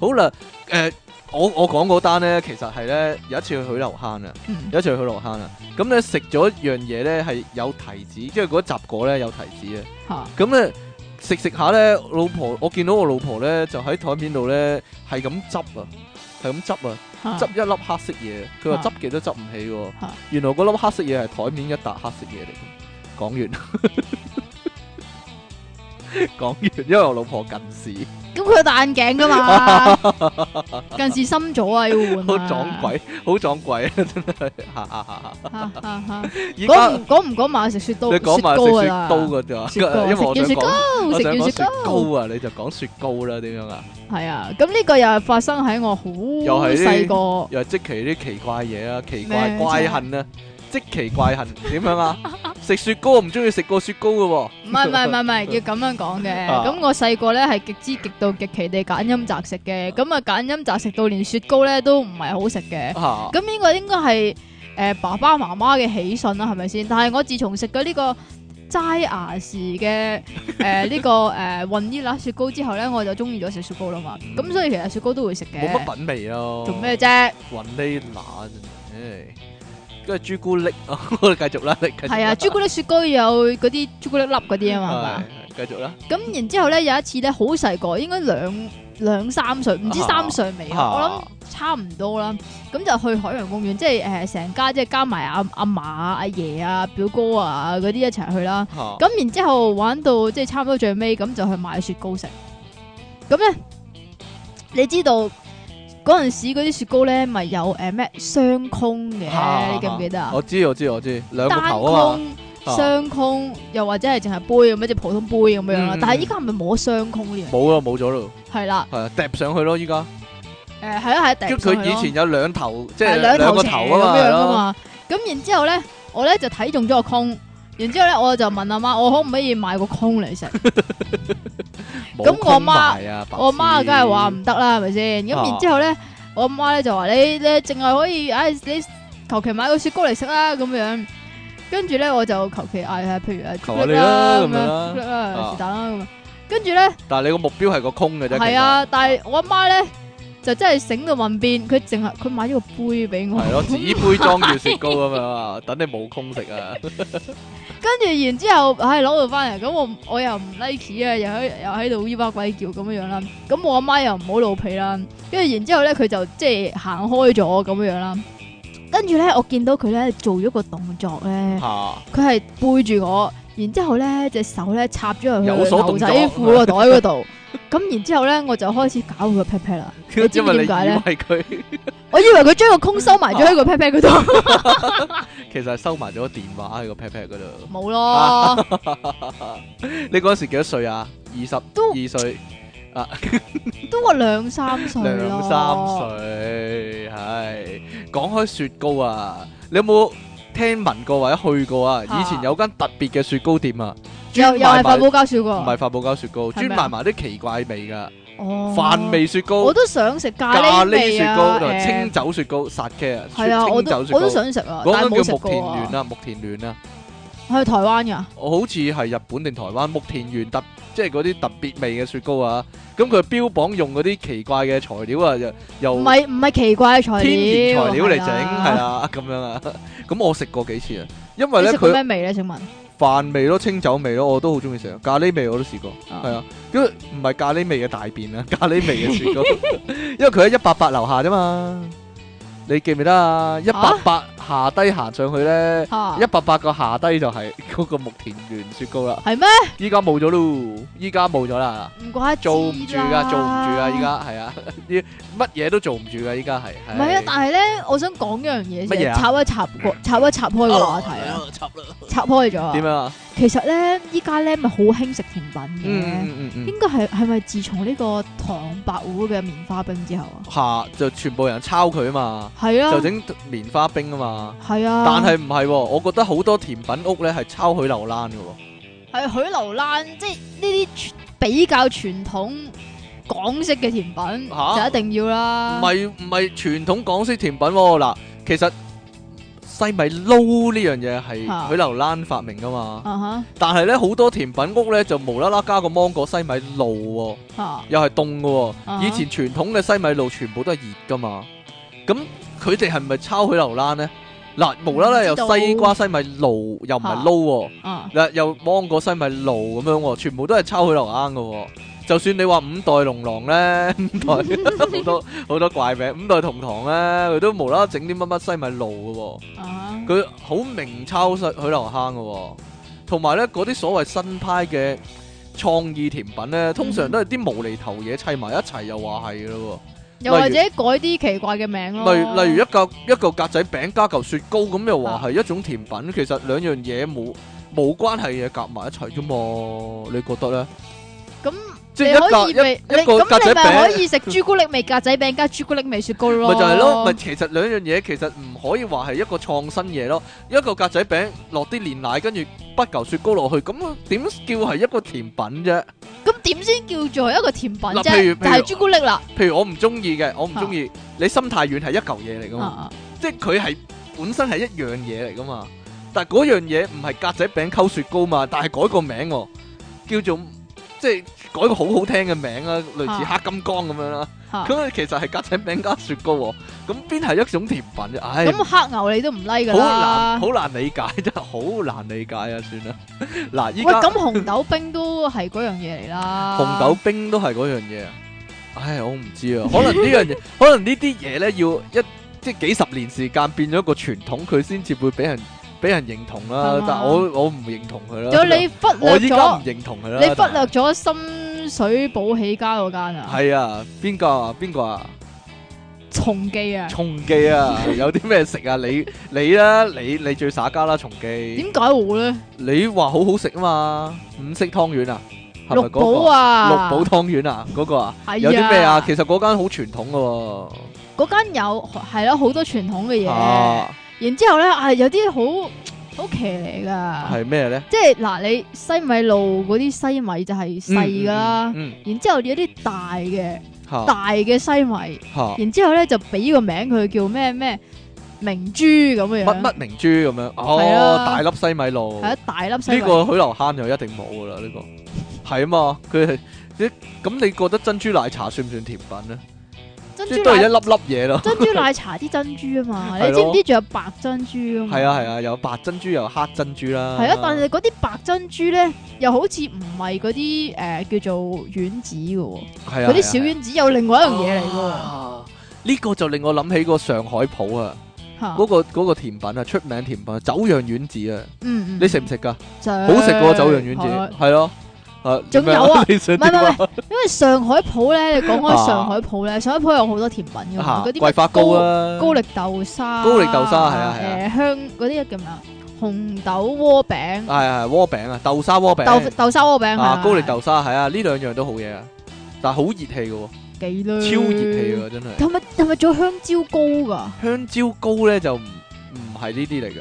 好啦，誒，我我講嗰單咧，其實係咧有一次去許留坑啊。嗯有一次去落坑啊，咁咧食咗一樣嘢咧係有提子，即係嗰雜果咧有提子啊。嚇咁咧食食下咧，老婆我見到我老婆咧就喺台面度咧係咁執啊，係咁執啊，嚇執一粒黑色嘢。佢話啊執幾都執唔起喎啊。原來嗰粒黑色嘢係台面一笪黑色嘢嚟嘅。講完， [laughs] 講完，因為我老婆近視，咁佢有戴眼鏡噶 [laughs] 嘛？近視深咗啊，要換。好撞！鬼，好撞鬼啊！真係，哈哈哈哈啊啊啊依講家唔講唔講埋去食雪糕？你講埋食雪雪糕噶啦，糕嗰度啊，雪因糕為我食完想雪糕講，，我食想完講雪雪糕。糕啊，你就講雪糕啦，點樣啊？係啊，咁呢個又係發生喺我好係呢細 [laughs] 個。又係即其啲奇怪嘢啊，奇怪咩怪恨啊，即奇怪恨點樣啊？ [laughs] 食雪糕我唔中意食過雪糕嘅喎。唔係唔係唔係唔係，要咁樣講嘅。啊咁我細個咧係極之極到極其地揀飲擇食嘅，咁啊揀飲擇食到連雪糕咧都唔係好食嘅。吓咁呢個應該係誒爸爸媽媽嘅喜訊啊啦，係咪先？但係我自從食咗呢個齋牙士嘅誒呢個呃誒雲呢拿雪糕之後咧，我就中意咗食雪糕啦嘛。咁所以其實雪糕都會食嗯冇嘅。乜品味咯。做咩？啫？雲呢拿真係，跟住朱古力啊，我 [laughs] 哋繼續啦，你繼續啦。係啊，朱古力雪糕有嗰啲朱古力粒嗰啲啊嘛，係嘛？係繼續啦。咁然之後咧，有一次咧，好細個，應該兩兩三歲，唔知啊三歲未啊？我啊諗差唔多啦。咁就去海洋公園，即係誒成家即係加埋阿阿嫲、阿爺啊、表哥啊嗰啲一齊去啦。吓咁然之後玩到即係差唔多最尾，咁就去買雪糕食。咁咧，你知道嗰陣時嗰啲雪糕咧，咪有誒咩雙空嘅？啊你記唔記得啊？我知我知我知，兩個單頭啊嘛。空、啊雙空，又或者係淨係杯咁樣，即係普通杯咁樣啦嗯。但係依家係咪冇咗雙空呢樣？冇啊，冇咗咯，係啦，係啊，揼上去咯，依家。誒係啊係啊，即掟佢上去以咯前有兩頭，即係係兩兩個斜頭咁啊嘛，係樣噶咯。嘛。咁然之後咧，我咧就睇中咗個空，然之後咧我就問阿媽，我可唔可以買個空嚟食？冇咁我空媽埋啊，白我媽痴梗係話唔得啦，係咪先？咁啊然之後咧，我媽咧就話你你淨係可以，唉、你求其買個雪糕嚟食啦咁樣。跟住咧我就求其嗌下，譬如啊誒朱求古下力你啦啦咁咁樣樣，啦朱古力啦啊是但啦咁樣。跟住咧但係你個目標係個空嘅啫。其係實啊，但係我阿媽咧就真係醒到問變，佢淨係佢買咗個杯俾 [laughs] 我。係咯，紙杯裝住雪糕咁樣啊， [laughs] 等你冇空食 [laughs] 啊。跟住然之後，唉攞到翻嚟，咁我我又唔 like 啊，又喺又喺度咿巴鬼叫咁樣樣啦。咁我阿媽又唔好老皮啦，跟住然之後咧，佢就即係行開咗咁樣樣啦。跟住咧，我見到佢咧做咗個動作咧，嚇佢係背住我，然之後咧隻手咧插咗入去有所動牛作啊仔褲個袋嗰 [laughs] 度。咁然之後咧，我就開始搞佢個 pat pat 啦。你知因唔知為你點解咧以？為佢 [laughs] 我以為佢將個空收埋咗喺啊個 pat pat 嗰度，其實係收埋咗個電話喺個 pat pat 嗰度。 [laughs] 冇啊咯，你嗰陣時幾多歲啊？二十都二歲，都話兩三歲咯，兩三歲，係講開雪糕啊，你有冇聽聞過或者去過啊？嚇以前有間特別嘅雪糕店啊，又專又係賣發埋泡膠雪喎，唔係發泡膠雪糕，係專咩啊賣埋啲奇怪味㗎，哦飯，味雪糕我、都想食咖咖喱味雪啊糕同埋誒清酒雪糕、殺茄啊，係啊，我清都酒雪我都糕。想食啊，但係嗰間冇叫食木田過園啊，啊，木田園啊，去台灣㗎，我好似係日本定台灣木田園特，即係嗰啲特別味嘅雪糕啊。咁佢標榜用嗰啲奇怪嘅材料啊，又又唔係唔係奇怪嘅材料，啊天然材料嚟整，係係。啦咁樣啊。 [laughs] 咁我食過幾次啊，因為你咧食過佢咩味咧？請問飯味咯、清酒味咯，我都好中意食。啊咖喱味我都試過，啊係啊，因為唔係咖喱味嘅大便啊， [laughs] 咖喱味嘅雪糕，因為佢喺一百八樓下啫嘛。你記唔記得啊？一百八下低行上去咧，嚇一百八個下低就係 [laughs] 嗰個木田園雪糕啦。係咩？依家冇咗咯，依家冇咗啦。唔怪做唔住噶，啦做唔住噶，依。家係啊， [laughs] 依乜嘢都做唔住噶，依家係。唔係啊，但係咧，我想講一樣嘢乜嘢先，啊哦插一插個插一插開個話題啊，，插啦。插開咗點啊。樣啊？其實咧，依家咧咪好興食甜品嗯嗯嗯嘅，嗯，應該係係咪自從呢個糖白糊嘅棉花冰之後啊？下就全部人抄佢啊嘛，係啊就，整棉花冰啊嘛。係啊。但係唔係喎，我覺得好多甜品屋咧係抄許留蘭嘅喎。係許留蘭，即係呢啲傳比較傳統港式嘅甜品吓就一定要啦。唔係唔係傳統港式甜品喎嗱，其實西米撈呢樣嘢係嚇許留蘭發明噶嘛。啊但係咧好多甜品屋咧就無啦啦加個芒果西米露喎。哈嚇又係凍嘅啊喎。以前傳統嘅西米露全部都係熱噶嘛。咁佢哋係咪抄許留蘭呢？嗱，無啦啦又唔知道西瓜西米露，又唔係啊撈喎，啊嗱又芒果西米露咁樣喎，全部都係抄許留蘭嘅喎。就算你話五代龍狼呢， [laughs] 五代好多好多怪名，五代同堂呢，佢都無啦啦整啲乜乜西米露嘅喎。啊佢好明抄實許留坑嘅喎，同埋咧嗰啲所謂新派嘅創意甜品咧，通常都係啲無厘頭嘢砌埋一齊，又話係咯又或者改啲奇怪嘅名喎。咯。例例如一嚿一嚿格仔餅加嚿雪糕咁，又話係一種甜品。其實兩樣嘢冇冇關係嘅，夾埋一齊啫嘛。你覺得咧？咁即你係一格可以一咪你一個格咁仔你咪可餅，以食朱古力味格仔餅加朱古力味雪糕咯。咪就係咯。咪其實兩樣嘢其實唔可以話係一個創新嘢咯。一個格仔餅落啲煉奶，跟住畢嚿雪糕落去，咁點叫係一個甜品啫？咁點先叫做一個甜品嗱譬啫？如就係朱古力啦。譬如我唔中意嘅，我唔中意。你心太軟係一嚿嘢嚟噶嘛，啊即係佢係本身係一樣嘢嚟噶嘛。但係嗰樣嘢唔係格仔餅溝雪糕嘛，但係改個名喎，叫做即係改個好好聽嘅名啦，類似黑金剛咁樣啦。啊咁、其實係格仔餅加雪糕喎，咁邊係一種甜品啫？唉，咁黑牛你都唔 like 好噶難啦。好難理解，真係好難理解啊！算啦，嗱，依喂，家咁紅豆冰都係嗰樣嘢嚟啦。 [laughs] 紅豆冰都係嗰樣嘢啊！唉，我唔知啊，可能呢 [laughs] 樣嘢，可能呢啲嘢咧要一即係幾十年時間變咗一個傳統，佢先至會俾人俾人認同啦係。嘛但我我唔認同佢 [laughs] 啦。仲有你忽我略依家咗唔，認同佢啦。你忽但略咗深水埗起家嗰間啊，係啊？邊個啊？邊個啊？松記啊，松記啊？ [laughs] 有啲咩食啊？你你啦，你你最耍家啦，松記。點解會咧？你話好好食啊嘛？五色湯圓啊，係咪六嗰寶個？啊，哎六寶湯圓啊，嗰個啊？係有啲咩啊？？其實嗰間好傳統噶喎。嗰間有係咯，好多傳統嘅嘢。啊，然之後咧，啊有啲好好騎嚟噶，係咩咧？即係嗱，你西米露嗰啲西米就係細噶啦。嗯，然之後有啲大嘅吓大嘅西米，吓乜然之後咧就俾個名佢叫咩咩明珠咁樣樣，乜明珠咁樣，係哦，啊大粒西米露，係一大粒西米。呢個許留坑就一定冇噶啦，呢個係啊嘛，佢係你咁，你覺得珍珠奶茶算唔算甜品咧？珍即係珠都係奶一粒粒嘢咯，珍珠奶茶啲珍珠啊 [laughs] 嘛，係你知咯唔知仲有白珍珠啊嘛？係啊係啊，有白珍珠有黑珍珠啦，係啊，但係嗰啲白珍珠咧，又好似唔係嗰啲誒叫做丸子嘅喎，係啊啊嗰啲小丸子有另外一樣嘢嚟嘅喎。嘅。呢個就令我諗起個上海鋪啊，嚇嗰個嗰個甜品啊，出名甜品酒釀丸子啊，嗯嗯，你食唔食噶？上好食過酒釀丸海子，係咯，啊，哎仲點樣有啊 [laughs] 你想唔係點唔啊係因為上海鋪咧， [laughs] 你講開啊上海鋪咧，上海鋪有好多甜品嘅嘛，嚇嗰啲啊桂咩花糕啊啦，高力豆沙、高力豆沙係啊係啊誒香嗰啲叫咩啊？紅豆鍋餅、係係鍋餅啊，豆沙鍋餅，豆豆沙鍋餅係啊啊，高力豆沙係啊，呢兩樣都好嘢啊，但係好熱氣嘅喎，幾啦，超熱氣啊嘅喎，真係。係咪係咪仲有香蕉糕㗎？香蕉糕咧就唔唔係呢啲嚟嘅，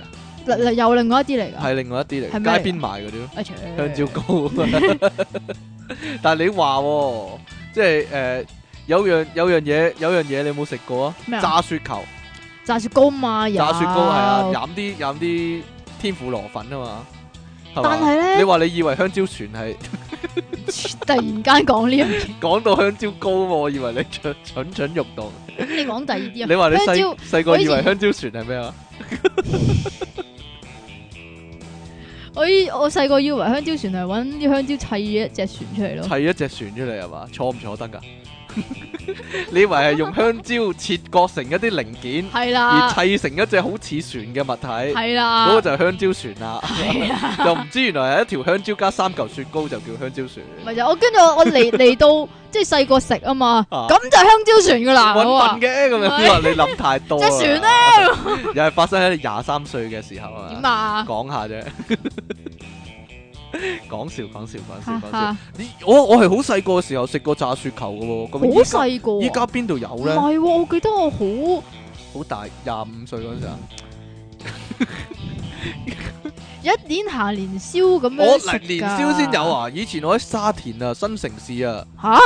嗱嗱又另外一啲嚟㗎。係另外一啲嚟，啊係咩嚟㗎街邊賣嗰啲咯，啊切香蕉 [laughs] 糕。但係你話喎，即係誒有樣有樣嘢有樣嘢你有冇食過啊？咩啊？炸雪球、炸雪糕嘛，有炸雪糕係啊，。飲啲飲啲天婦羅粉啊嘛，係但嘛？係你咧，話你以為香蕉船係？ [laughs] 突然間講呢樣嘢，講到香蕉糕喎，我以為你蠢蠢蠢欲動。咁你講第二啲 [laughs] 你啊？話你香細蕉細個以為香蕉船係咩啊？我以我細個以為香蕉船係揾啲香蕉砌一隻船出嚟咯。砌一隻船出嚟係嘛？坐唔坐得㗎？ [laughs] 你以為係用香蕉切割成一啲零件，係而啦，砌成一隻好似船嘅物體，啊係啊啦，啊嗰個就係香蕉船啦。就唔知原來係一條香蕉加三嚿雪糕就叫香蕉船。咪就我跟住我我 [laughs] 嚟嚟到即係細個食啊嘛，啊咁就香蕉船噶啦，我揾話笨嘅咁唔係樣，你諗太多啦。隻船咧， [laughs] 又係發生喺你廿三歲嘅時候點啊。啊？講下啫， [laughs] 講笑講笑講笑哈講笑哈。咦我我係好細個嘅時候食過炸雪球嘅喎，好咁依家細個依啊，家邊度有唔咧？係喎，我記得我好好大廿五歲嗰陣時啊，有一年行年宵咁我樣食嚟㗎哦年宵先有！啊！以前我喺沙田啊新城市啊吓，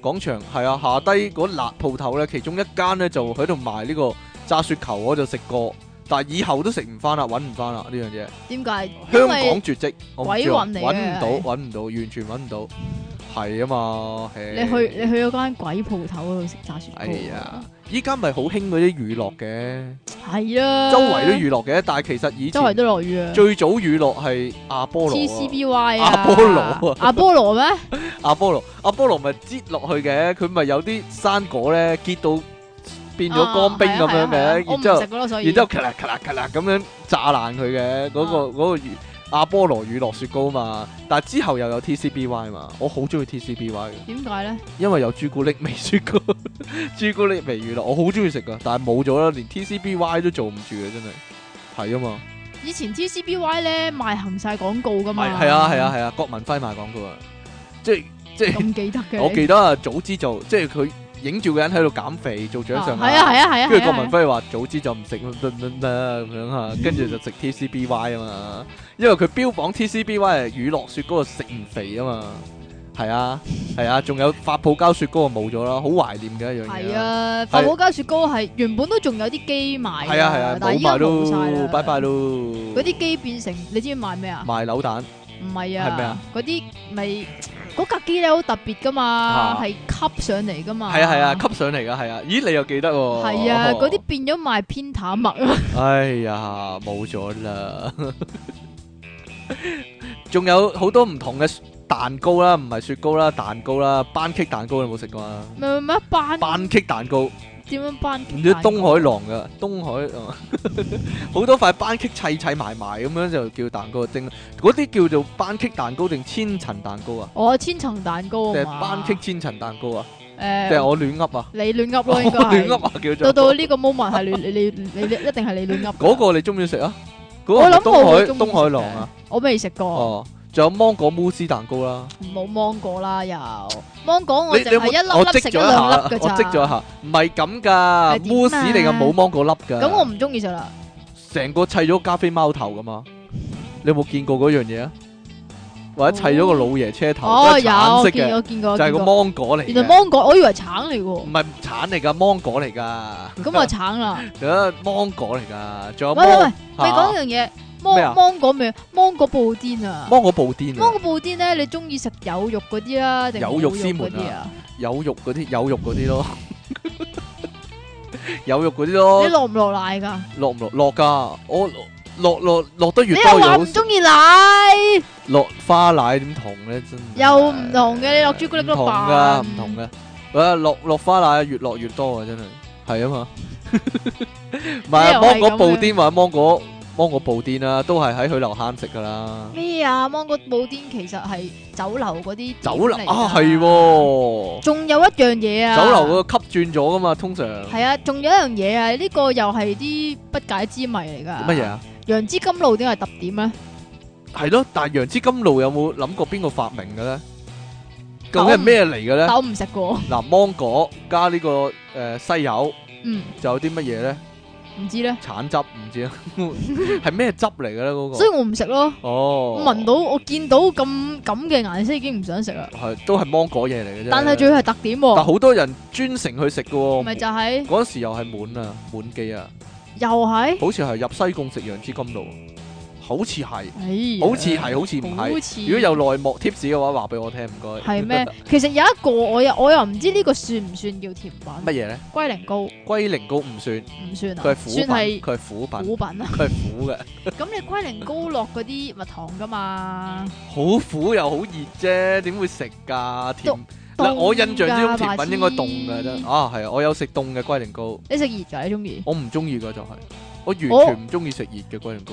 廣場係啊下低嗰辣鋪頭咧，其中一間咧就喺度賣呢個炸雪球，我就食過，但係以後都食唔翻啦，揾唔翻啦呢樣嘢。點解？因香為港絕跡，我唔知啊鬼混嚟嘅揾唔到，係揾唔到，完全揾唔到，係啊嘛。你你去你去嗰間鬼鋪頭嗰度食炸雪糕。啊哎呀，依家咪好興嗰啲娛樂嘅，係啊，周圍都娛樂嘅，但係其實以周圍前都落雨啊。最早娛樂係阿波羅啊 T C B Y 啊，阿波羅啊阿波羅咩？啊，阿波羅，阿波羅咪擠落去嘅，佢咪有啲生果咧結到變咗乾冰咁樣啊係啊係啊嘅，我然唔之後食。噶咯，所以啊然之後咔啦咔啦咔啦咁樣炸爛佢嘅嗰個嗰個娛阿波羅與落雪糕嘛，但係之後又有 TCBY 嘛，我好中意 TCBY 嘅，點解咧？因為有朱古力 [laughs] 味雪糕、朱古力味乳酪，我好中意食噶，但係冇咗啦，連 TCBY 都做唔住啊嘅，真係係啊嘛，以前 TCBY 咧賣行晒廣告噶嘛，係係啊係啊係啊，郭文輝賣廣告啊，即係即 [laughs] 係。咁記得嘅，我記得啊，早知就即係佢影住個人喺度減肥做掌上係啊係啊係啊，跟住係啊郭文輝話早知就唔食啦咁樣嚇，跟住就食 TCBY 啊嘛，因為佢標榜 TCBY 係乳酪雪糕食唔肥啊嘛，係啊係啊，仲有發泡膠雪糕啊冇咗啦，好懷念嘅一樣嘢係啦。啊，發泡膠雪糕係原本都仲有啲機賣㗎，係啊係啊，但係冇依家賣冇晒啦咯，，拜拜咯。嗰啲機變成你知唔知賣咩啊？賣扭蛋唔係係咩啊啊，嗰啲咪嗰架機咧好特別噶嘛，啊係吸上嚟噶嘛。係啊係啊，吸哦上嚟㗎係啊，咦你又記得喎？係啊，嗰啲變咗賣偏袒物啊， [laughs] 哎呀，冇咗 [laughs] 啦！仲有好多唔同嘅蛋糕啦，唔係雪糕啦，蛋糕啦，班戟蛋糕你有冇食過啊？咪咪咪班班戟蛋糕唔點樣班戟蛋糕？知東海狼噶，東海 [laughs] 哦好、多塊班戟砌砌埋埋咁樣就叫蛋糕，定嗰啲叫做班戟蛋糕定千層蛋糕啊？我哦千層蛋糕定啊係嘛，班戟千層蛋糕啊？定係誒，我亂噏啊？你亂噏 [laughs] 我咯應該亂噏係。啊，叫到做到呢個 moment 係你你你你你一定係你亂噏㗎。嗰個你中唔中意食啊？嗰、我諗個東我會海中意食東海狼啊！我未食過，哦，仲有芒果慕斯蛋糕啦。冇芒果啦又芒果我你淨你有係冇一我粒粒積食咗一一下兩粒啦㗎我咋。積咗一下，唔係咁噶係，點啊慕斯嚟嘅冇芒果粒噶。咁我唔中意食啦。成個砌咗加菲貓頭噶嘛？你有冇見過嗰樣嘢啊？或者砌咗個老爺車頭，哦，都係橙有色見嘅，過見過，就係個見過。芒果嚟原來嘅。芒果，我以為橙嚟唔喎，係橙嚟噶，芒果嚟噶， [laughs] 咁啊橙啦。啊芒果嚟噶，仲有喂喂喂芒，你講嚇樣嘢，咩啊芒芒果味，芒果布甸啊。芒果布甸啊芒，果布甸咧，你中意食有肉嗰啲啊，定有肉肉絲嗰啲門啊？有肉嗰啲，有肉嗰啲咯， [laughs] 有肉嗰啲咯你，落唔落奶㗎？落唔落落噶？我落落落得越你多又越話好唔食。中意奶，落花奶點同咧？真係又唔同嘅你落朱古力都唔同扮噶，唔同嘅。啊，落落花奶越落越多啊！真係係啊嘛， [laughs] 唔係你啊又係芒果咁布嘅甸或者芒果芒果布甸啦，都係喺許留坑食噶啦。咩啊？芒果布甸其實係酒樓嗰啲酒樓店嚟㗎啊，係喎，仲有一樣嘢啊，酒樓個級轉咗噶嘛，通常係啊，仲有一樣嘢啊，呢個又係啲不解之謎嚟㗎。乜嘢？啊？楊枝甘露點係特點咧？係咯，但係楊枝甘露有冇諗過邊個發明嘅咧？究竟係咩嚟嘅咧但？我唔食過，嗱，芒果加呢個誒西柚，嗯，仲有啲乜嘢咧？唔知咧，橙汁唔知啊， [laughs] 係咩汁嚟嘅咧？嗰個所以我唔食咯。哦我，聞到我見到咁咁嘅顏色已經唔想食啦。係都係芒果嘢嚟嘅啫。但係最係特點但喎，好多人專程去食嘅喎，咪就係嗰時又係滿啊滿記啊，又係，好似係入西貢食楊枝甘露，好似係，哎好好似係，好似唔係。好似如果有內幕 tips 嘅話，話俾我聽，唔該。係咩？其實有一個我又我又唔知呢個算唔算叫甜品？ [laughs] 乜嘢咧？龜苓膏龜苓膏唔算，唔算啊，佢係算苦品，係佢係苦品，苦品啊。 [laughs] 佢係苦嘅，咁你龜苓膏落嗰啲蜜糖噶嘛？好苦又好熱啫，點會食㗎？甜嗱，凍我印象之中㗎甜品應該凍白㗎痴真啊，係啊，我有食凍嘅龜苓膏，你食熱㗎？你中意？我唔中意㗎就係，我我完全唔中意食熱嘅龜苓膏。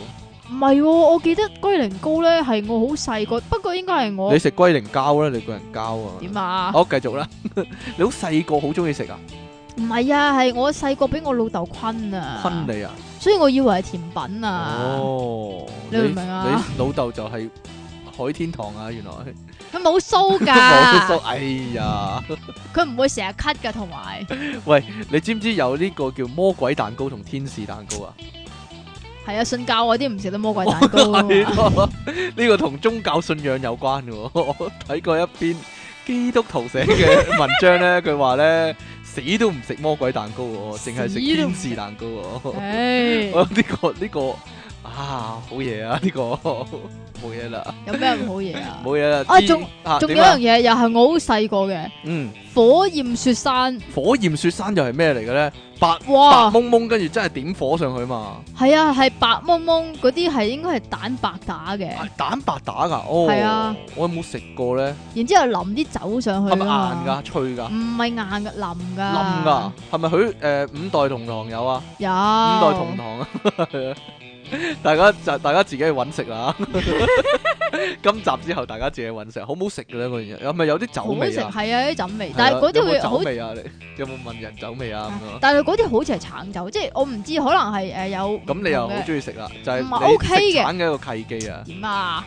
唔係喎，我記得龜苓膏咧係我好細個，不過應該係我你食龜苓膠啦，你個人膠啊。點啊？好，繼續啦。 [laughs] 你好細個好中意食啊，唔係啊，係我細個俾我老豆坤啊，昆你啊。所以我以為係甜品啊，哦，你明唔明啊你老豆就係海天堂啊，原來佢冇鬚 [laughs] 冇㗎，收。哎呀，佢唔會成日咳㗎，同埋你知唔知有呢個叫魔鬼蛋糕同天使蛋糕啊？係啊，信教嗰啲唔食得魔鬼蛋 [laughs] 糕啊嘛，係咯，呢個同宗教信仰有關嘅喎。 [laughs] 我睇過一篇基督徒寫嘅文章咧，佢話 [laughs] 咧死都唔食魔鬼蛋糕喎，淨係食死都唔天食使蛋糕 [laughs] 喎。唉，我呢個呢個啊，好嘢啊！呢個冇嘢啦，有咩唔好嘢啊？冇嘢啦。啊知仲啊仲有一點啊樣嘢，又係我好細個嘅嗯，火焰雪山，火焰雪山又係咩嚟嘅咧？白白哇，蒙蒙，跟住真係點火上去嘛？係啊，係白蒙蒙嗰啲係應該係蛋白打嘅，係啊蛋白打㗎，哦，係啊我有冇食過咧？然之後淋啲酒上去係咪㗎嘛硬㗎、脆㗎？唔係硬嘅，淋㗎，呃冧噶，係咪佢誒五代同堂有啊？ [laughs] 有五代五同堂啊，大家就大家自己去揾食 [laughs] 啦。今集之後，大家自己揾食，好唔好食嘅咧？嗰樣嘢係咪有啲酒好食味啊？係啊，有啲枕味，係但係啊嗰啲有冇會酒好，味啊？你有冇問人酒味啊？咁樣但係嗰啲好似係橙酒，即係我唔知，可能係誒有咁你又好嘅中意食啦，就係唔係 OK 你食嘅橙嘅一個契機啊？點啊，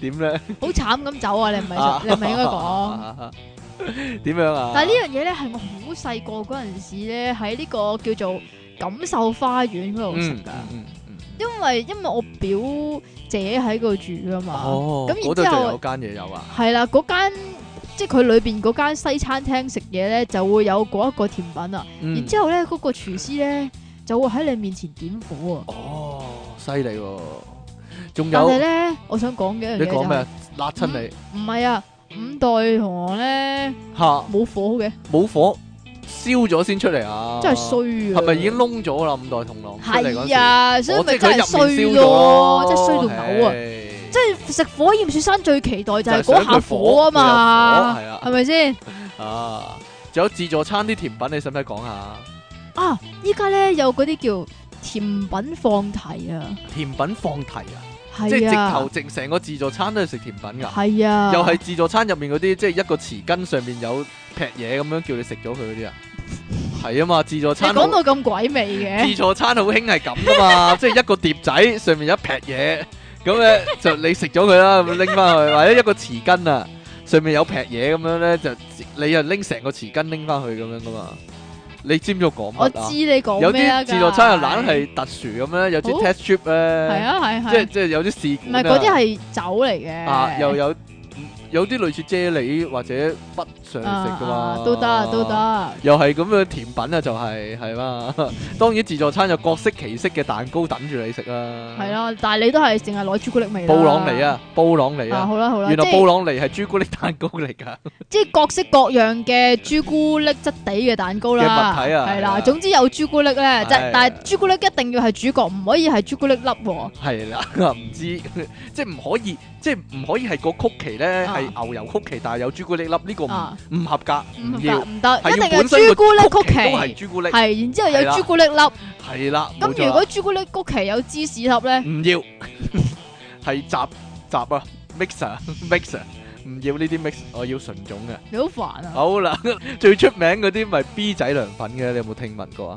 點咧？好慘咁走啊！你唔啊係你唔係應該 [laughs] 講。點樣啊？但係呢樣嘢咧係我好細個嗰陣時咧喺呢個叫做錦繡花園嗰度食嗯㗎，嗯嗯嗯因為因為我表姐喺嗰度住㗎嘛，哦，啊咁然嗰度之就後有間嘢有啊。係啦嗰間。即係佢裏邊嗰間西餐廳食嘢咧，就會有嗰一個甜品啊。嗯然。之後咧，嗰、個廚師咧就會喺你面前點火啊。哦，犀利喎！仲但有係咧，我想講嘅一樣嘢你就講咩係啊？辣親你唔係啊，五代同行咧吓，冇火嘅，冇火燒咗先出嚟啊！真係衰啊！係咪已經窿咗啦？五代同廊出嚟嗰陣時哦係，啊，所以我咪即真係係佢入面衰燒咗咯咯，，真係衰到嘔啊！唉！即係食火焰雪山最期待就係就係嗰想下佢火啊嘛，佢有火係啊係咪先？啊！仲有自助餐啲甜品，你使唔使講下？啊，依家咧有嗰啲叫甜品放題啊，甜品放題啊！即係係直啊頭，直成個自助餐都係食甜品㗎，係啊，又係自助餐入面嗰啲，即係一個匙羹上面有劈嘢咁樣叫你食咗佢嗰啲啊，係啊嘛，自助你餐好講到咁鬼味嘅，自助餐好興係咁噶嘛， [laughs] 即係一個碟仔上面有一劈嘢，[laughs] 咁咧就你食咗佢啦，咁拎翻去，或者一個匙羹啊，上面有劈嘢咁樣咧，就你又拎成個匙羹拎翻去咁樣噶嘛。你知唔知我講我乜知啊？你講有咩啊？啲自助餐又係，懶係特殊咁咧，有啲好 test strip 係咧，啊係即係係，即係有啲試唔管係嗰啲係酒嚟嘅，啊，又有有啲類似啫喱或者筆上啊食噶啊嘛，都得都得。又係咁樣甜品啊，就係係啦。 [laughs] 當然自助餐有各式其式嘅蛋糕等住你食啦。系，啦，但系你都係淨係攞朱古力味啦。布朗尼啊，布朗尼啊！啊，好啦好啦，原即來係布朗尼係朱古力蛋糕嚟㗎。即係各式各樣嘅朱古力質地嘅蛋糕啦，嘅物體啊係係啊啦，總之有朱古力咧，即係啊係但係朱古力一定要係主角，唔可以係朱古力粒喎。係啦， [laughs] 唔知即係唔可以，即係唔可以係個曲奇咧啊係牛油曲奇，但係有朱古力粒呢個啊，唔唔合格，唔唔得要。唔得，係一要定有本身朱古力個曲曲奇都係奇，朱古力，係然之後係啦有朱古力粒。係啦，冇咁錯如啦果朱古力曲奇有芝士粒咧，唔要， [laughs] 係雜雜啊，mixer [laughs] mixer，唔要呢啲 mix，我要純種嘅。你好煩啊！好啦， [laughs] 最出名嗰啲咪 B 仔涼粉嘅，你有冇聽聞過啊？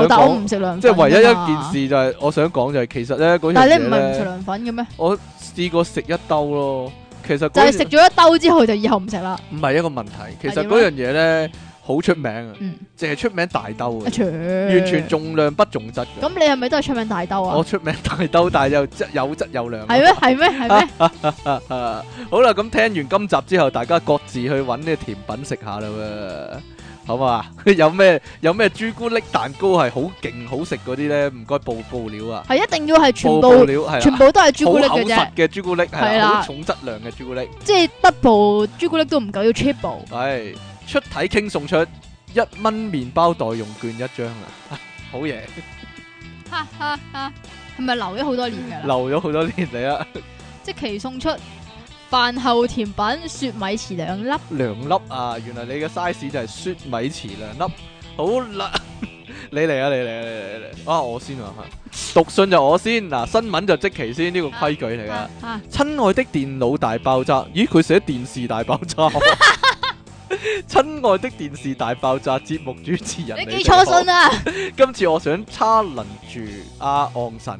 有，但我唔食涼粉。即係唯一一件。事就係、我想講就係、其實咧嗰樣但係嘢你唔係唔食咧，涼粉嘅咩？我試過食一兜咯。其實就嗰係樣食咗一兜之後就以後唔食啦。唔係一個問題，其實係點嗰樣嘢咧好出名啊，嗯，淨係出名大兜一嘅，除啊完完全。重量不重質嘅。咁你係咪都係出名大兜啊我？出名大兜，但係又質有質有量。係咩？係咩？係咩？啊 [laughs] 好啦，咁聽完今集之後，大家各自去揾啲甜品食下啦喎，好嘛？ [laughs] 有咩有咩朱古力蛋糕係好勁好食嗰啲咧？唔該報報料啊！係一定要係全報部報料係全啦，部都係朱古力啊好嘅厚啫實，嘅朱古力係係啦，啦好重質量嘅朱古力，即係 double 朱古力都唔夠，要 triple。係出體傾送出一蚊麵包代用券一張啊！ [laughs] 好嘢，哈哈哈！係咪留咗好多年㗎啦？留咗好多年嚟啊！即期送出飯後甜品雪米糍兩粒，兩粒啊！原來你嘅 size 就係雪米糍兩粒。好啦， [laughs] 你嚟啊！你嚟啊！你嚟啊你嚟啊！啊，我先啊，嚇讀信就我先嗱，新聞就即期先，呢個規矩嚟噶啊。啊親愛的電腦大爆炸，咦？佢寫電視大爆炸。 [laughs] 親愛的電視大爆炸節目主持人，你記錯信啊啦！啦！今次我想 challenge 住阿昂神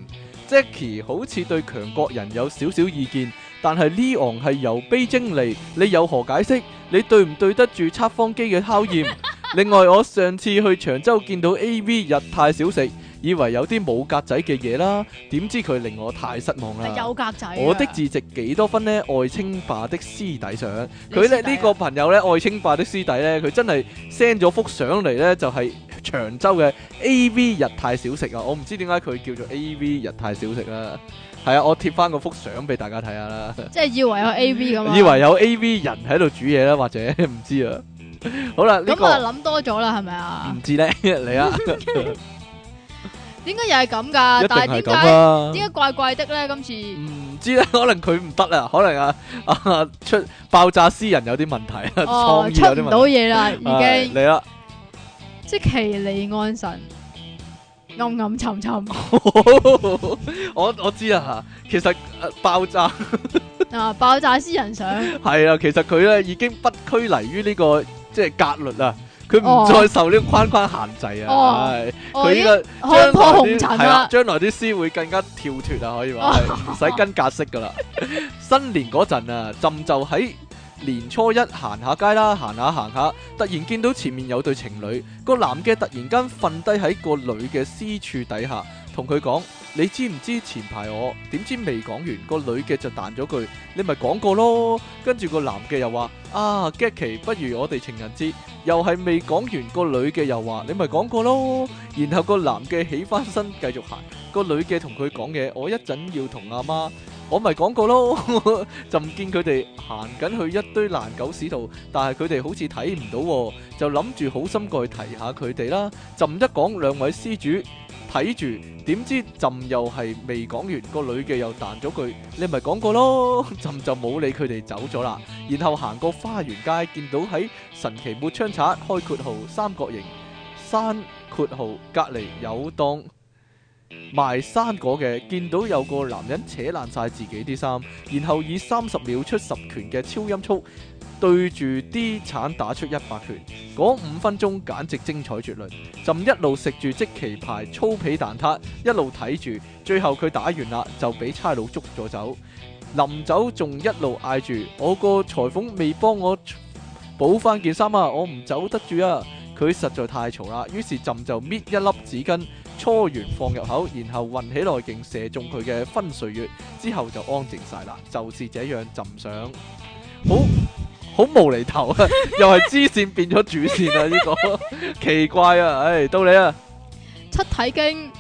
Jackie，好似對強國人有少少意見，但係呢昂係由卑精嚟，你有何解釋？你對唔對得住測謊機嘅考驗？另外，我上次去長洲見到 A.V. 日太少食，以為有啲冇格仔嘅嘢啦，點知佢令我太失 [laughs] 望啦。有格仔啊。我的字值幾多分呢？愛稱霸的師弟相，你佢咧師弟啊呢個朋友呢，愛稱霸的師弟呢，佢真係 send 咗幅相嚟呢，就係、長洲嘅 A.V. 日泰小食啊！我唔知點解佢叫做 A.V. 日泰小食啦。係啊，我貼翻個幅相俾大家睇下啦。即係以為有 A V 咁啊。嗯以為有 A.V. 人喺度煮嘢啦，或者唔知啊。好啦，呢、咁啊個諗多咗啦，係咪啊唔？知呢，你啊， [laughs] 點解又係咁㗎？一定但係係點咁啊解啦。點解怪怪的咧？今次唔知咧，可能佢唔得啊，可能啊啊出爆炸私人有啲問題啊，哦 [laughs] 創意出有唔啲到問題。嘢啦，已唉經嚟啦，即其離岸神。暗暗沉沉 [laughs] 我我知啦吓，其實呃爆炸 [laughs] 啊！爆炸私人相，係啦，其實佢咧已經不拘泥於呢、個即係格律啦，佢唔哦再受呢個框框限制哦啊，係我佢哦已呢經個看破紅將塵啊來啲係啦啦，將來啲詩會更加跳脱啊，可以 [laughs] 話係唔使跟格式噶啦。新年嗰陣啊，朕就喺年初一行下街啦，行下行下，突然見到前面有對情侶，個男嘅突然間瞓低喺個女嘅私處底下，同佢講：你知唔知前排我點知未講完，個女嘅就彈咗句：你咪講過咯。跟住個男嘅又話：啊 g e t 奇，不如我哋情人節。又係未講完，個女嘅又話：你咪講過咯。然後個男嘅起翻身繼續行，個女嘅同佢講嘢，我一陣要同阿媽，我咪講過咯。 [laughs] 就唔見佢哋行緊去一堆爛狗屎度，但係佢哋好似睇唔到、喎，就諗住好心過去提下佢哋啦。朕一講兩位施主睇住，點知朕又係未講完，個女嘅又彈咗句：你咪講過咯。 [laughs] 朕就冇理佢哋走咗啦。然後行過花園街，見到喺神奇抹槍刷開括號三角形山括號隔離有檔賣生果嘅，見到有個男人扯爛晒自己啲衫，然後以三十秒出十拳嘅超音速對住啲橙打出一百拳，嗰五分鐘簡直精彩絕倫。朕一路食住即期牌粗皮蛋撻，一路睇住，最後佢打完啦就俾差佬捉咗走。臨走仲一路嗌住：我個裁縫未幫我補翻件衫啊，我唔走得住啊！佢實在太嘈啦，於是朕就搣一粒紙巾搓完放入口，然後運起來勁射中佢嘅分歲月，之後就安靜晒啦。就是這樣，朕想好好無厘頭啊， [laughs] 又係支線變咗主線啊！呢、個 [laughs] 奇怪啊，唉、到你啊，出體經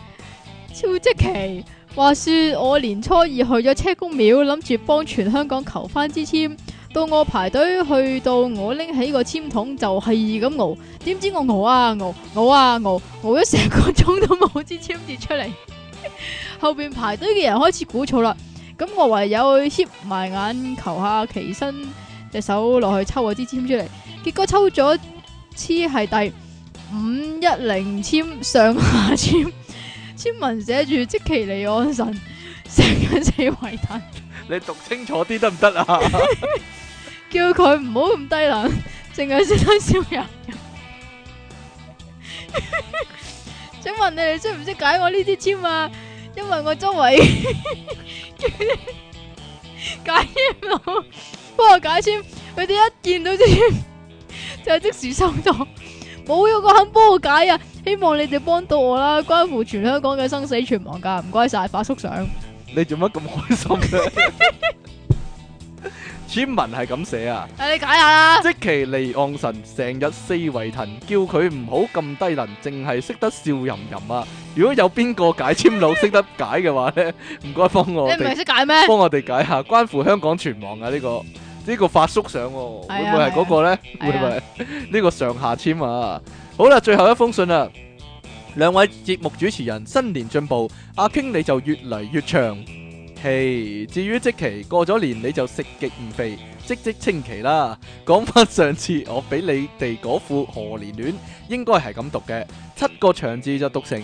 超積奇。話說我年初二去咗車公廟，諗住幫全香港求翻支簽。到我排隊去到我拎起個簽筒就係咁熬，點知我熬啊熬，熬啊熬，熬咗成個鐘都冇支簽跌出嚟。 [laughs] 後邊排隊嘅人開始鼓噪啦，咁我唯有去瞌埋眼求下其身隻手落去抽嗰支簽出嚟，結果抽咗支係第五一零簽上下簽，簽文寫住即其離岸神，成日死維蛋。你讀清楚啲得唔得啊？ [laughs] 叫佢唔好咁低能，淨係識得笑人。請問你哋識唔識解我呢啲簽啊？因為我周圍解簽佬幫我解簽，佢哋一見到簽就係即時收到，冇有個肯幫我解啊！希望你哋幫到我啦，關乎全香港嘅生死存亡噶，唔該晒，發叔上。你做乜咁開心 [laughs] 咧？簽文係咁寫啊！誒，你解下 [laughs] 啦，即其離岸神成日四圍騰，叫佢唔好咁低能，淨係識得笑吟吟啊！如果有邊個解簽佬識得解嘅話呢， [laughs] 唔該幫你我唔係 [laughs] 哋識解咩？幫我哋解下，關乎香港存亡啊！呢、個呢、個發叔上、喎，係啊會唔會係嗰個係啊呢？會唔會係呢個上下簽 [laughs] 啊？好啦，最後一封信啦，兩位節目主持人新年進步，阿 King 你就越嚟越長氣。至於即期過咗年你就食極唔肥，即即清奇啦。講翻上次我俾你哋嗰副何年戀，應該係咁讀嘅，七個長字就讀成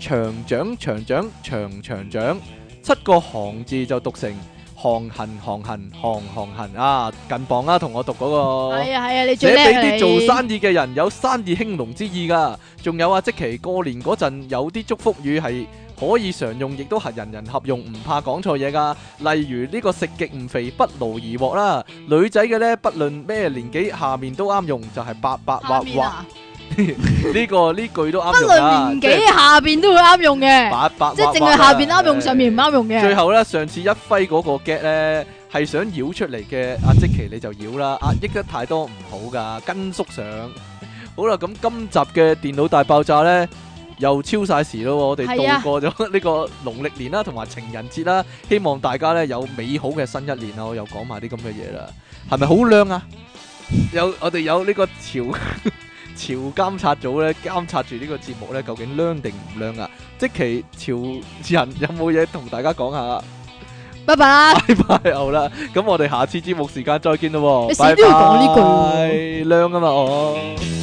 長長長長長長長，七個行字就讀成行行行行行行行啊！近磅啦，同我讀嗰、個。係啊係啊，你寫最叻啊俾啲你做生意嘅人有生意興隆之意噶。仲有啊，即期過年嗰陣有啲祝福語係可以常用，亦都係人人合用，唔怕講錯嘢噶。例如呢個食極唔肥，不勞而獲啦。女仔嘅呢，不論咩年紀，下面都啱用，就係白白滑下面滑啊。呢個呢句都不啱用啦。論即年係紀下邊都會啱用嘅，白白滑滑啦，即係淨係下邊啱用，唉上面唔啱用最嘅。後咧，上次一揮嗰個 get 咧，係想繞出嚟嘅阿即奇你就繞啦，壓抑得太多唔好噶，跟縮上。好啦，咁今集嘅電腦大爆炸咧，又超晒時咯，我哋係啊度過咗呢個農曆年啦，同埋情人節啦，希望大家咧有美好嘅新一年啊！我又講埋啲咁嘅嘢啦，係咪好靚啊？有我哋有呢個潮 [laughs] 潮監察組咧，監察住呢個節目咧，究竟靚定唔靚啊？即其潮人有冇嘢同大家講下 [laughs] 啊？拜拜啦。拜拜好啦，咁我哋下次節目時間再見咯喎，你成日都要講呢句拜拜，靚啊嘛我。